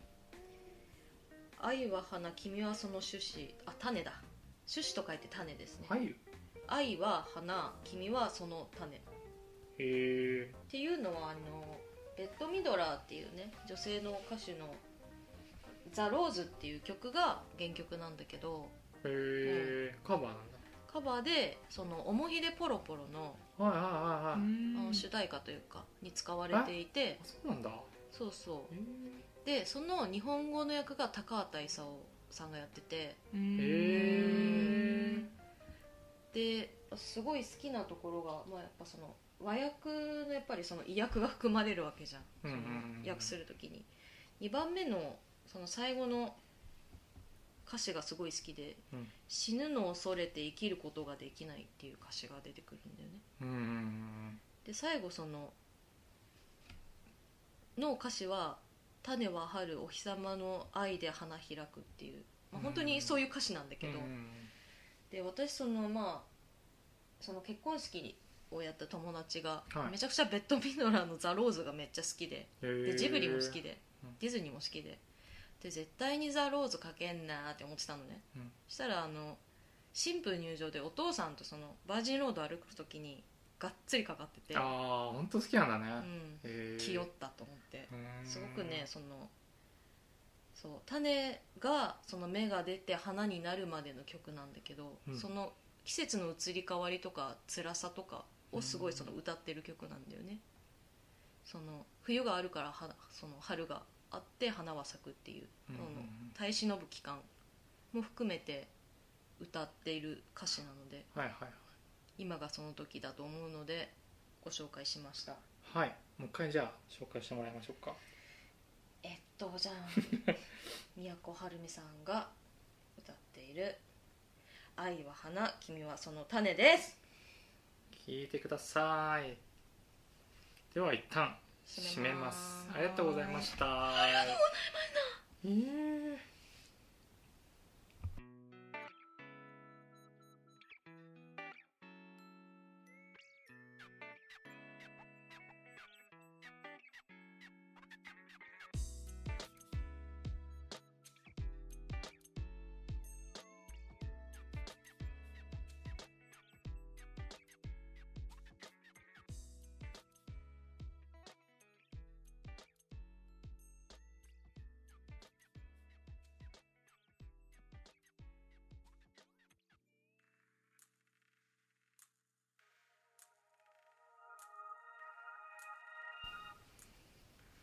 「愛は花君はその種子」あ種だ種子と書いて種ですね
う、はい
愛は花君はその種っ
へえ
ていうのはあのベッド・ミドラーっていうね女性の歌手の「ザ・ローズ」っていう曲が原曲なんだけど
へえ、カバーなんだ
カバーで「そのおもひでポロポロの」
はいはいは
う
いはい、
あ
ん
の主題歌というかに使われていて
あそうなんだ
そうそう
へ
でその日本語の役が高畑勲さんがやってて
うん
え
ですごい好きなところが、まあ、やっぱその和訳のやっぱりその意訳が含まれるわけじゃん,、
うんうんうん
その訳するときに2番目のその最後の歌詞がすごい好きで、
うん
死ぬのを恐れて生きることができない」っていう歌詞が出てくるんだよね
うんうんうん
で最後そのの歌詞は「種は春お日様の愛で花開く」っていう、まあ、本当にそういう歌詞なんだけど、
うん
で私そのまあその結婚式をやった友達が、
はい
めちゃくちゃベッド・ミドラーの「ザ・ローズ」がめっちゃ好きで
へー
でジブリも好きで
うん
ディズニーも好きでで絶対に「ザ・ローズ」かけんなーって思ってたのね、
うん
そしたらあの新婦入場でお父さんとそのバージンロード歩く時にがっつりかかってて、
ああ本当好きなんだね、
うん、
へえ
気負ったと思って
うーん
すごくねそのそう種がその芽が出て花になるまでの曲なんだけど、
うん
その季節の移り変わりとか辛さとかをすごいその歌ってる曲なんだよね。その冬があるからはその春があって花は咲くっていう、
うんうんうん
その耐え忍ぶ期間も含めて歌っている歌詞なので
はいはい
今がその時だと思うのでご紹介しました。
はいもう一回じゃあ紹介してもらいましょうか
えっとじゃん宮古はるみさんが歌っている「愛は花君はその種」です
聞いてくださいでは一旦締めます
締めます
ありがとうございましたえー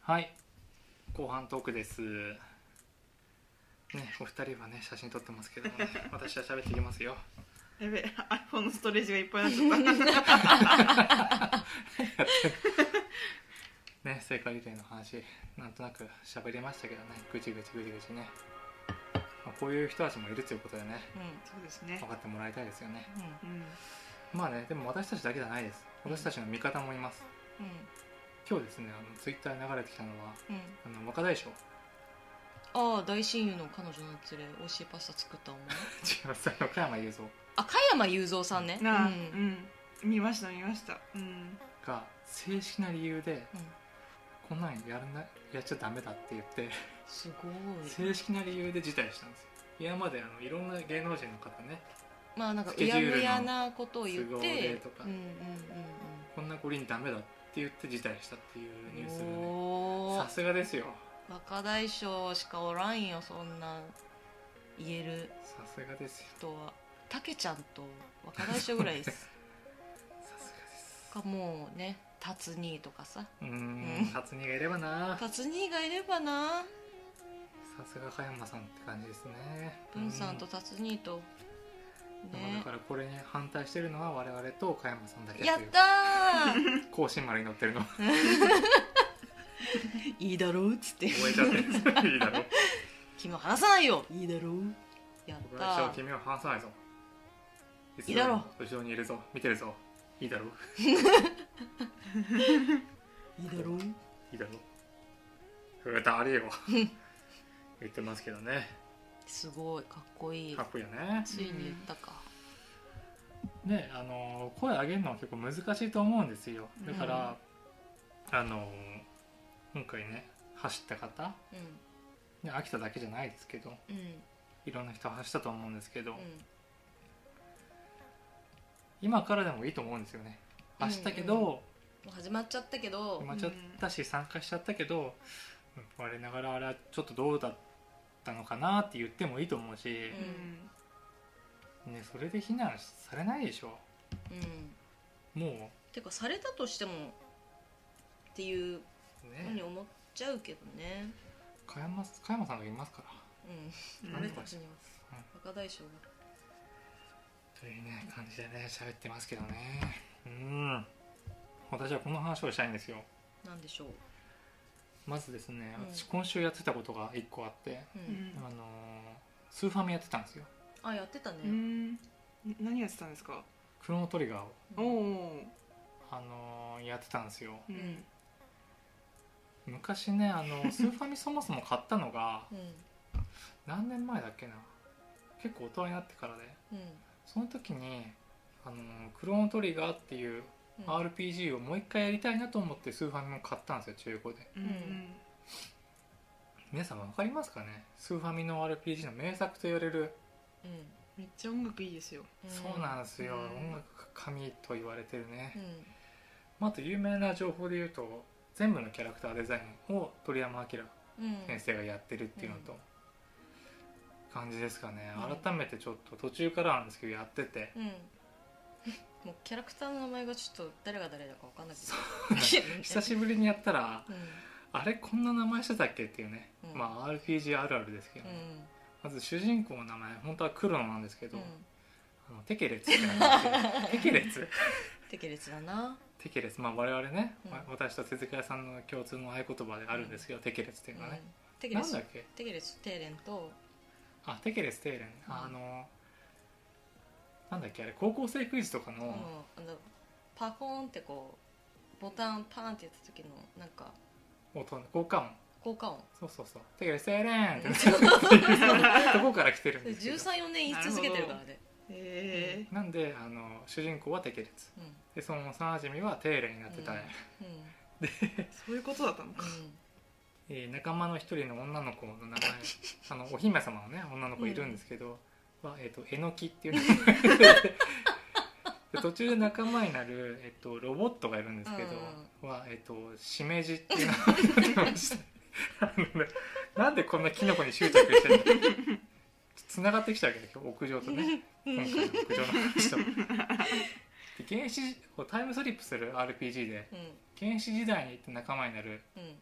はい後半トークですねお二人はね写真撮ってますけど
*laughs*
もね私は喋っていきますよ
やべえ iPhone のストレージがいっぱい
*laughs*
になっちゃった
ね聖火リレーの話なんとなく喋りましたけどねぐちぐちぐちぐちね、まあこういう人たちもいるということでね
うん
そうですね
分。かってもらいたいですよね
うん
うん。
まあねでも私たちだけじゃないです私たちの味方もいます
うん
今日ですねあのツイッターに流れてきたのは
うん
あの若大将 *laughs* 違
ああ大親友の彼女の連れ美味しいパスタ作ったお前
います岡山雄三
あ加山雄三さんね
なあ、う
うん
ん、見ました見ました。うん。
が正式な理由で、
うん
こんなんやらないやっちゃダメだって言って
すごい
正式な理由で辞退したんですよ今まであのいろんな芸能人の方ね
まあなんか
ス
う
ケジ
や
ュールの
むやなことを言っ
都合で
て
とか
うんうん
こんな五輪ダメだって言って辞退したっていうニュースが
うんうん
ね
お
さ
ー
すがですよ
若大将しかおらんよそんな言える
さすがですよ
人はたけちゃんと若大将ぐらいです
さすがです
かもうね達兄とかさ
うー
うん
ん初にがいればなさ
達兄がいればな
すが加山さんって感じですね
文さんと
う
達兄と
まあだ
ね
からこれに反対してるのは我々と加山さんだけという
やったー
甲子園丸に乗ってるの
いいだろうっつって
*laughs* 覚えちゃってるいいだろ
君を離さないよいいだろうやっ
僕
た
は一生
ー
君を離さないぞ
いいだろ
う後ろにいるぞ見てるぞいいだろう
いいだろう
いいだろう歌ありよ *laughs* 言ってますけどね
すごいかっこいい
かっこいいよね
ついに言ったか
ねあの声上げるのは結構難しいと思うんですよだから、あの今回ね走った方
う
ね秋田だけじゃないですけど
んうん
いろんな人走ったと思うんですけど、
うん
今からでもいいと思うんですよね
うん
走ったけど、
もう始まっちゃったけど
決まっちゃったし参加しちゃったけど、うん我ながらあれはちょっとどうだったのかなって言ってもいいと思うし、
うん
ね、それで非難されないでしょ
うん
も
てかされたとしてもっていう
う
ふうに
ね
思っちゃうけどね
加山加山さんがいますから
うん
うん
俺たちには若大将が
というね感じでね喋ってますけどねうん私はこの話をしたいんですよ
なんでしょう
まずですね
うん
私今週やってたことが1個あって、
う
うんん
あのースーファミやってたんですよ
あやってたね
うん何やってたんですか
クロノトリガーを、
おお
あのーやってたんですよ
う
う
んん
昔ねあ
*laughs*
のスーファミそもそも買ったのが
うん
何年前だっけな結構大人になってからで
うん
その時にあのクロノトリガーっていう
うん
RPG をもう一回やりたいなと思ってスーファミも買ったんですよ中古で
うんうん
皆さん分かりますかねスーファミの RPG の名作と言われる、
うん
めっちゃ音楽いいですよ
そうなんですよ、
うん
音楽が神と言われてるね、
うん
まあ、あと有名な情報で言うと全部のキャラクターデザインを鳥山明
うん
先生がやってるっていうのと、
うん
感じですかね
うん
改めてちょっと途中からなんですけどやってて、
うんもうキャラクターの名前がちょっと誰が誰だかわかんなくて *laughs*
う久しぶりにやったら
うん
あれこんな名前してたっけっていうね、
うん
まあ RPG あるあるですけど
う
ね、
ん
まず主人公の名前本当は黒なんですけど、
うん
あのテケレツって名前で
*laughs*
すけどテケレツ
テケレツだな
テケレツまあ我々ね、
うん
わ私と手塚屋さんの共通の合言葉であるんですけど、テケレツっていうのはね
う、んテケレ
なん
ツ
だっけ
テケレツテーレンと
あテケレステーレン、あのなんだっけあれ高校生クイズとかの、
うんあのパコーンってこうボタンパーンってやった時のなんか
音効果音
効果音
そうそうそうテケレステーレンって *laughs*
うん
なってるっていうとこから来てるん
それ
ですけ *laughs* ど
134年言い続けてるからね
え
なんであの主人公はテケレツ
うん
でその幼馴染はテーレンになってた、
うん
えそういうことだったのか
えー仲間の一人の女の子の名 *laughs* 前あのお姫様のね女の子いるんですけど、は、えー、とえのき *laughs* っていう名前でで途中で仲間になる、えっとロボットがいるんですけど、は、えっとしめじっていう名前になって *laughs* ましたあのねなんでこんなキノコに執着してるの *laughs* つながってきちゃうけど今日屋上とね
うん
今
うん
回の屋上の話と。で原始こうタイムスリップする RPG で
うん
原始時代に行って仲間になる
うん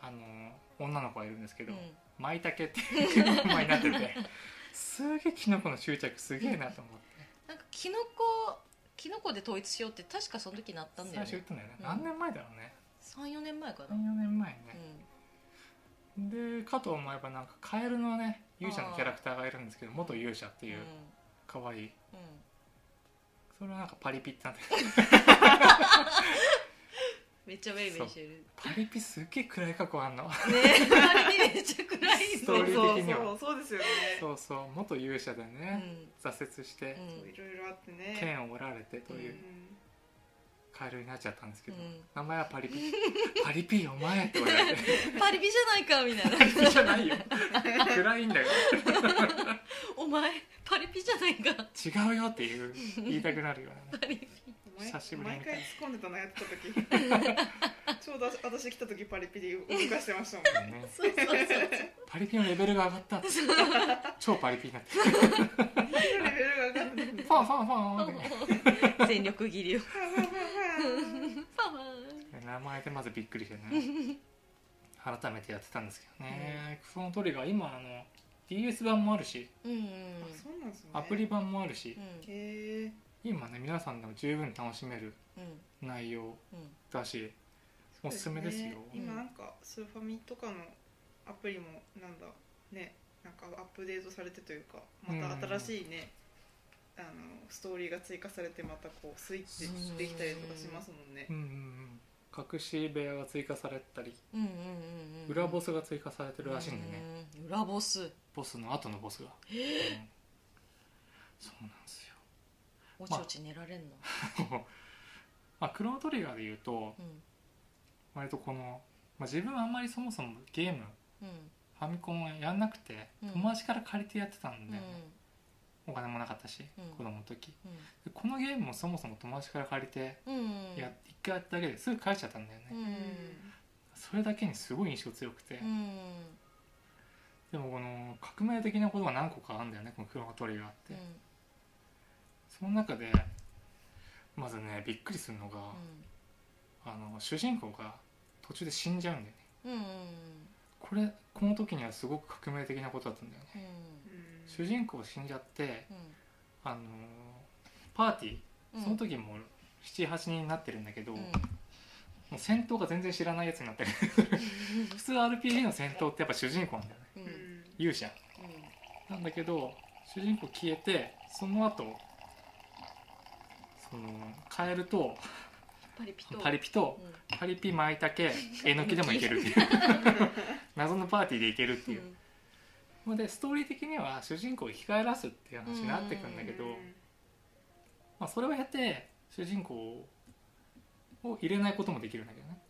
あの女の子がいるんですけ
う
ど、
ん
マイタケっていう名前になってて
*laughs*
すげえキノコの執着すげえなと思っ
なんかキノコキノコで統一しようって確かその時なったん
て
だ
最
よ
初言っ
ね
たんだよね、
うん
何年前だろうね
34年前かな、
34年前
う
ね、
ん
でかと思えばなんかカエルのね勇者のキャラクターがいるんですけど元勇者っていうかわいい
うんうん
それはなんかパリピってなってる
めっちゃウェイウェイしてるね
パリピすっげえ暗い過去あ
*laughs*
んの
えめっちゃ暗い
ス
の
トーリー的には
そうそうそうですよね
そうそう元勇者で
うん
ね、挫折して
う、ん
そういろいろあってね
剣を折られてという、
うん
カエルになっちゃったんですけど、
うん
名前はパリピ *laughs* パリピお前って言われて
パリピじゃないかみたいな
パリピじゃない
*laughs*
よ暗いんだよ
お前パリピじゃないか
違うよっていう言いたくなるようなね
パリピ
毎
久しぶりに
毎
見た
回突っ込んでたのやってた
*laughs*
時ちょうど私来た時パリピで動かしてましたもんね
ね
*laughs* そうそうそう
パリピのレベルが上が
*laughs*
ったって超パリピになって
レベル
*laughs*
が上がって
ファンファンファンって
そう全力切りをパワー
名前でまずびっくりしてね改めてやってたんですけどね、そのトリガー今あの DS 版もあるし
うんうん
あそうなんですね
アプリ版もあるし、
うん
へえ
今ね皆さんでも十分楽しめる
うん
内容
うん
だしおすすめですよ
ね今なんかスーファミとかのアプリもなんだねなんかアップデートされてというかまた新しいね、あのストーリーが追加されてまたこうスイッチできたりとかしますもんね
うんうんうん隠し部屋が追加されたり
うんうんうんうん
裏ボスが追加されてるらしいんでね、
うん裏ボス
ボスの後のボスが、うんそうなんですよ
おちおち寝られんの
*laughs* まあクロノトリガーで言うと
うん
割とこの、まあ、自分はあんまりそもそもゲーム
うん
ファミコンはやんなくて、
うん
友達から借りてやってたん
うん
だよね、お金もなかったし、
うん
子供の時
うん
でこのゲームもそもそも友達から借りて
うん
や、一回やっただけですぐ返しちゃったんだよね、
うん
それだけにすごい印象強くて、
うん
でもこの革命的なことが何個かあるんだよねこのクロノトリガーって、
うん
その中でまずねびっくりするのが、あの主人公が途中で死んじゃうんだよね
うんうん
これこの時にはすごく革命的なことだったんだよね、
うん
うん
主人公死んじゃって
うん
あのーパーティー
うん
その時もう78人になってるんだけど、
うん
もう戦闘が全然知らないやつになってる普通 RPG の戦闘ってやっぱ主人公なんだよね
うん
う
うん
ん
勇者なんだけど主人公消えてその後そのカエルと
パリピと
パリピと
うん
パリピマイタ
*laughs*
ケえのきでもいけるっていう謎のパーティーでいけるっていう
うん
のでストーリー的には主人公を生き返らすっていう話になってくんだけど、まあ、それを経て主人公を入れないこともできるんだけどね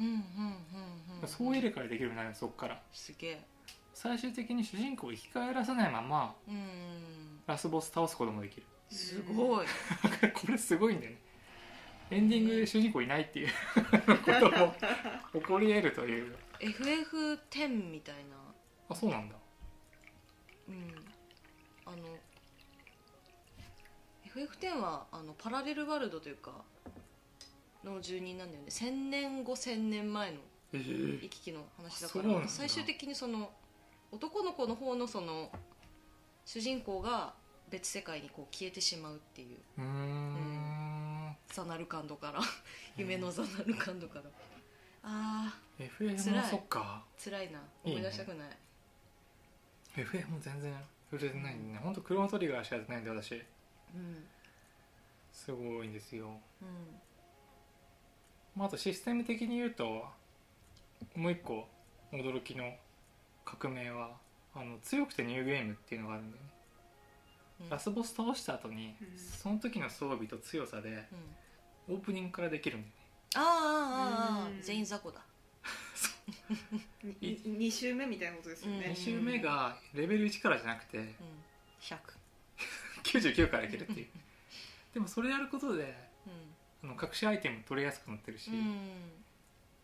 うんうんうんうん
そう入れ替えできるようになるのそこから
すげえ
最終的に主人公を生き返らせないまま
うん
ラスボス倒すこともできる
すごい
*laughs* これすごいんだよねエンディングで主人公いないっていう *laughs* ことも *laughs* 起こり得るという
FF10 みたいな
あそうなんだ
うんあの FF10 はあのパラレルワールドというかの住人なんだよね1000年後1000年前の
ええ
行き来の話だ
そ
か
うなんだ
ら最終的にその男の子の方のその主人公が別世界にこう消えてしまうっていう
うーん
ザナルカンドから夢のザナルカンドからあ
FM
辛い
もそっか
ー辛いな
い
い
ね
思い出したくない
FM も全然触れてないんでねほんとクロノトリガーしかやってないんで私
うん
すごいんですよ
うん
まあ、あとシステム的に言うともう一個驚きの革命はあの強くてニューゲームっていうのがあるんだよね、
うん
ラスボス倒した後に、
うん
その時の装備と強さで
うん
オープニングからできるんだよね
あーあーあー
う
あ
ん
ー全員雑魚だ
2周目みたいなことですよ
うん
2
ね、
周目がレベル1からじゃなくて
うん100
99からいけるっていうでもそれやることであの隠しアイテム取りやすくなってるし、
うんうん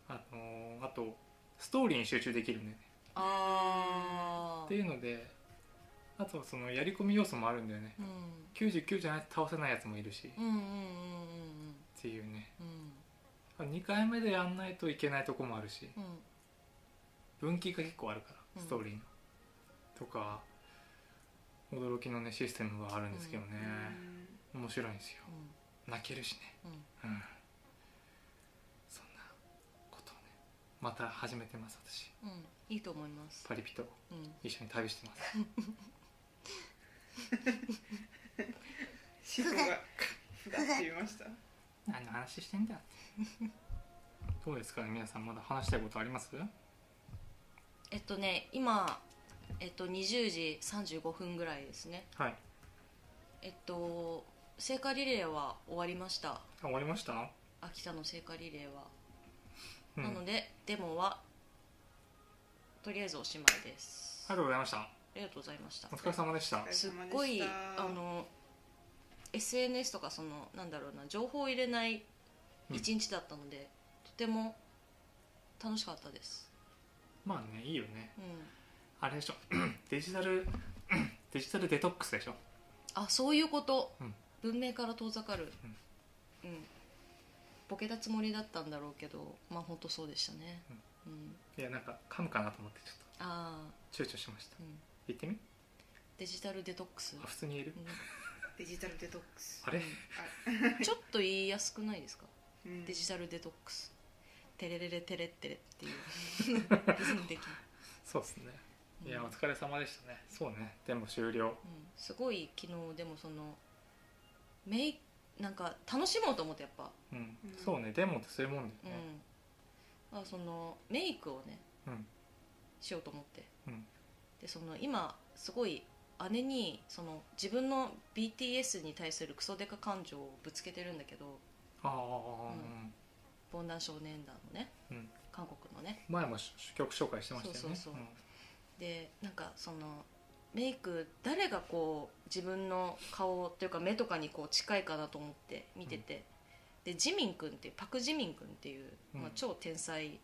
あのーあとストーリーに集中できるんだよね
あ
って
ー
いうのであとそのやり込み要素もあるんだよね
うん
99じゃないと倒せないやつもいるし、っ
うんうんうんうん
ていうね
うん
2回目でやんないといけないとこもあるし
うんうん
分岐が結構あるか
う
ら
ん
ストーリーの、とか驚きのねシステムがあるんですけどね、面白いんですよ泣けるしね
うんうん
うんそんなことをねまた始めてます私
うん、いいと思います。
パリピと
うん、
一緒に旅してます
シフがふがって言いました
*laughs* 何の話してんだ *laughs* どうですかね皆さんまだ話したいことあります
えっとね、今、えっと、20時35分ぐらいですね。
はい
えっと、聖火リレーは終わりました。
あ終わりました
秋田の聖火リレーは、
うん
な
あ
の
り
でデモはとりあえずおしまいです
がとうございました
ありがとうございました
お疲れ様でした
お疲れ様でし
す
た
っごいあの SNS とかそのなんだろうな情報を入れない一日だったので、とても楽しかったです、
まあねいいよね
うん、
あれでしょ *coughs* デジタル *coughs* デジタルデトックスでしょ
あそういうこと、
うん
文明から遠ざかるうん、ボケたつもりだったんだろうけどまあ本当そうでしたねうん、
いやなんか噛むかなと思ってちょっ
ああ
と躊躇しました
うん
言ってみ
デジタルデトックス、
あ普通に言える
う
デジタルデトックス
あれ *laughs*
ん、ちょっと言いやすくないですか、
うん
デジタルデトックステレレレテレッテレって *laughs* いうリズム的
そうですね
に
いや
うん
お疲れ様でしたねそうねでも終了
うんすごい昨日でもそのめいなんか楽しもうと思ってやっぱ、
うん
うん
そうねデモってそういうもん
う
だ
ん
よね
まあ、そのメイクをね
うん
しようと思って、
うん
でその今すごい姉にその自分の BTS に対するクソデカ感情をぶつけてるんだけど
ああ
ん防弾少年団のね、
うん
韓国のね
前も主曲紹介してましたよね
そうそうそうんでなんかそのメイク誰がこう自分の顔というか目とかにこう近いかなと思って見てて、でジミン君っていうパク・ジミン君っていう、
うん
まあ、超天才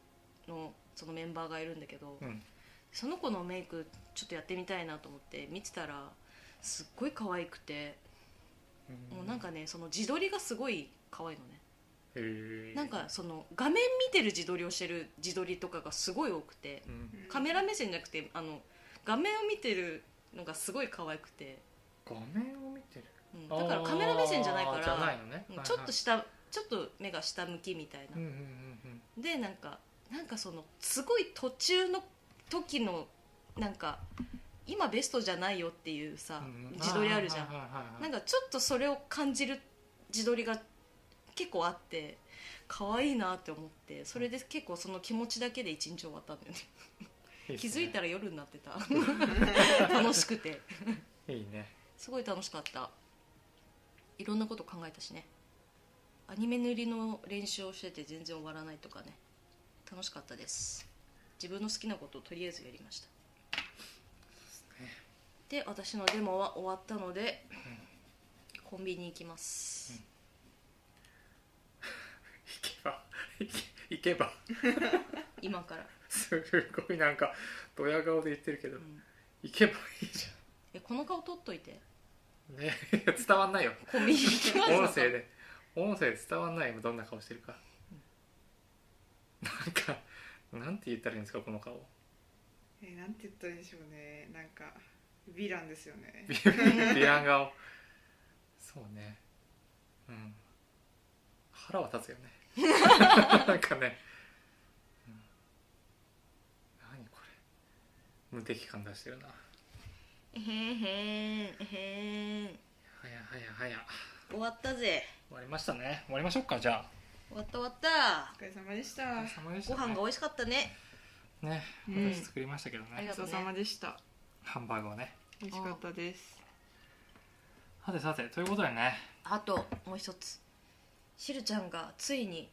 のそのメンバーがいるんだけど、
うん
その子のメイクちょっとやってみたいなと思って見てたらすっごい可愛くて、もうなんかねその自撮りがすごい可愛いのね、
へー
なんかその画面見てる自撮りをしてる自撮りとかがすごい多くて
うん
カメラ目線じゃなくてあの画面を見てるのがすごい可愛くて、
画面を見てる
うん、だからカメラ目線じゃないから
あーじゃないのね
うんちょっと下ちょっと目が下向きみたい
うん
な、
うんうん
でなんかなんかそのすごい途中の時のなんか今ベストじゃないよっていうさ、
うんうん
自撮りあるじゃん、
はいはいはいはい
なんかちょっとそれを感じる自撮りが結構あって可愛いなって思ってそれで結構その気持ちだけで一日終わったんだよね
いいっ
気
す
づ
ね
いたら夜になってた *laughs* 楽しくて
いいね
すごい楽しかったいろんなこと考えたしねアニメ塗りの練習をしてて全然終わらないとかね楽しかったです自分の好きなことをとりあえずやりましたで私のデモは終わったので、コンビニ行きます、
行けば *laughs* 行け行けば
今から、
すごいなんかドヤ顔で言ってるけど
うん
行けばいいじ
えこの顔取っとい *laughs* て
ゃんね *laughs* 伝わんないよ
コンビニ行きます *laughs*
音声で音声で伝わんない今どんな顔してるかなんかなんて言ったらいいんですかこの
*laughs*
顔
えーなんて言ったらいいんでしょうねなんかヴィランですよね
ビビアン顔そうねうん腹は立つよね
*laughs*
なんかね、うん、何これ無敵感出してるな
えへんへんえへん
はやはやはや
終わったぜ
終わりましたね終わりましょうかじゃ
終わった終わった
お疲れ様でし
あお疲
た
れ様でし
ご
た
飯
ね
が美味しかったね
ね
うん
私作りましたけどね、
あり
ご
が
ち
と
そうう
ね
さまでした
ハンバーグをね
美味しかったです
さてさてということでね
あともう一つしるちゃんがついに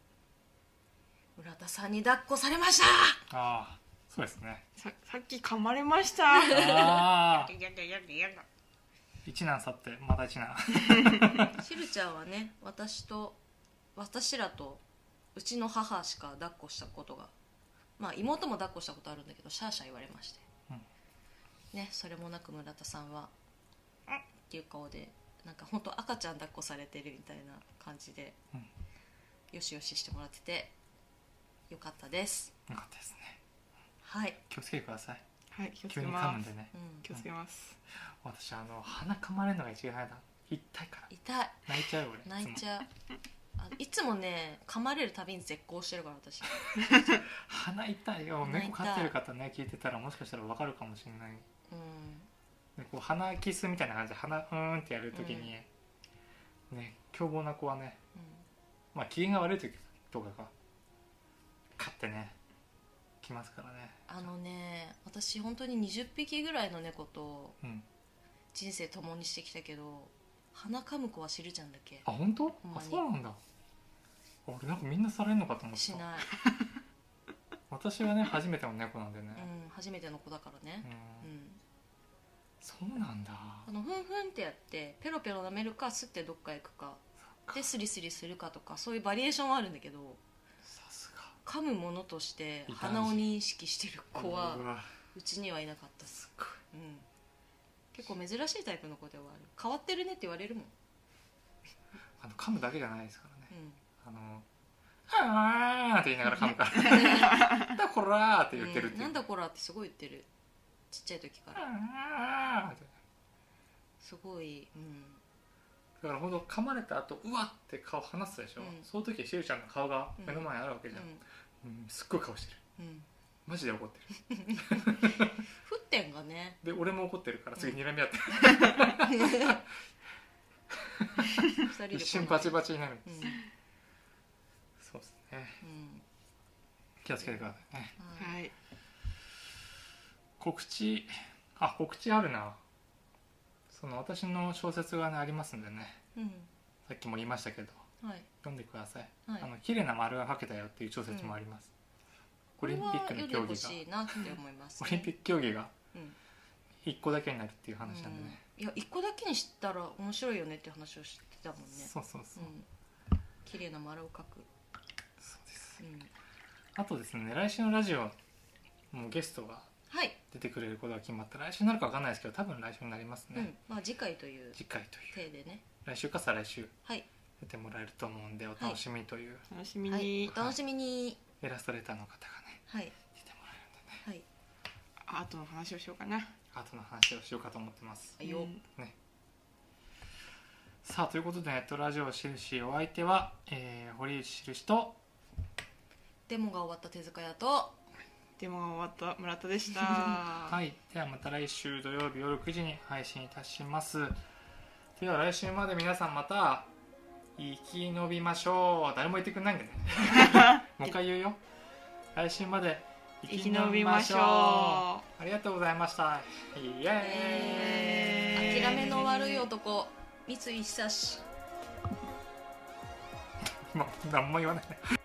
村田さんに抱っこされました
ああそうですね
ささっき噛まれました *laughs*
ああ
やだやだやだ
一難去ってまた一難
しるちゃんはね私と私らとうちの母しか抱っこしたことがまあ妹も抱っこしたことあるんだけどシャーシャー言われまして、
うん
ねそれもなく村田さんは「うんっていう顔でなんか本当赤ちゃん抱っこされてるみたいな感じで、
うん
よしよししてもらっててよかったです
よかったですね
はい、
気をつけてください
はい気をつ
急
け
に噛む
ま
ん
す
でね
うん
気をつけます
私あの鼻噛まれるのが一番嫌だ痛いから
痛い
泣いちゃうよ俺
泣い
つ
ち
も
ゃうあいつもね噛まれるたびに絶好してるから私
鼻痛いよ
鼻痛い
猫飼ってる方ね聞いてたらもしかしたらわかるかもしれない
うん
でこう鼻キスみたいな感じで鼻うーんってやるときに、ね凶暴な子はねまあ機嫌が悪い時とかが飼ってね来ますからね
あのね私本当に20匹ぐらいの猫と
うん
人生共にしてきたけど鼻噛む子は知るちゃんだけ
あ本当
んま
あ
に
そうなんだあ俺なんかみんなされんのかと思っ
したない、
私はね初めての猫なんでね、
うん、初めての子だからね
う、ん
うん、
そうなんだ
あのふんふんってやってペロペロ舐めるかすってどっか行くかでスリスリするかとかそういうバリエーションはあるんだけど
さす
噛むものとして
異端児
鼻を認識してる
が
子は
うわ
うちにはいなかったです、
すっごい
うん、結構珍しいタイプの子ではある変わってるねって言われるもん、
あの噛むだけじゃないですからね
うん、
あの「あー」って言いながら噛むから「
*laughs*
なんだこら」って言ってるって
う
いう
んなんだこらってすごい言ってるちっちゃい時から
あーって
すごい、うん、
だからほんと噛まれた後うわって顔離すでしょ、
うん
その時しゅうちゃんの顔が目の前にあるわけじゃん、うんすっごい顔してる
うんうん
マジで怒ってる
沸点がね
で俺も怒ってるから次にらみ合って、
二人で
一瞬バチ
バ
バチになる、
うん、うん
そうですね気をつけてくださいね
はい
はい
告知あ告知あるなその私の小説がねありますんでね
うん
さっきも言いましたけど
はい
読んでください「
はい
あの綺麗な丸が描けたよ」っていう小説もあります、
こ
オ
れ
リンピ
は
ック
読
の
んで
競
ほ
技が
しいなって思います、
オリンピッ
ク
ク競技が
うん
1個だけになるっていう話なんでね、
うんいや一個だけにしたら面白いよねって話をしてたもんね
そうそうそう、
ん綺麗な丸を描く、
そうです
うん、
あとですね来週のラジオもうゲストが
はい、
出てくれることが決まった来週になるかわかんないですけど多分来週になりますね、
うんまあ、次回という
次回という
体でね
来週か再来週
はい、
出てもらえると思うんでお楽しみという、
楽しみに、
はい、お楽しみに
イラストレーターの方がね
はい
出てもらえるんでね
はい
アートの話をしようかな
アートの話をしようかと思ってます
はいよ
うん
さあということでネットラジオしるしお相手は、えー堀内しるしと
デモが終わった手塚屋と
でも終わった村田でした
はいいではまた来週土曜日夜9時に配信いたしますでは来週まで皆さんまた生き延びましょう誰も言ってくんないんだね
*laughs*
もう一回言うよ来週まで
生き延びましょう
ありがとうございましたイエーイ、
えー
諦めの悪い男三井久志
まあ、何も言わないね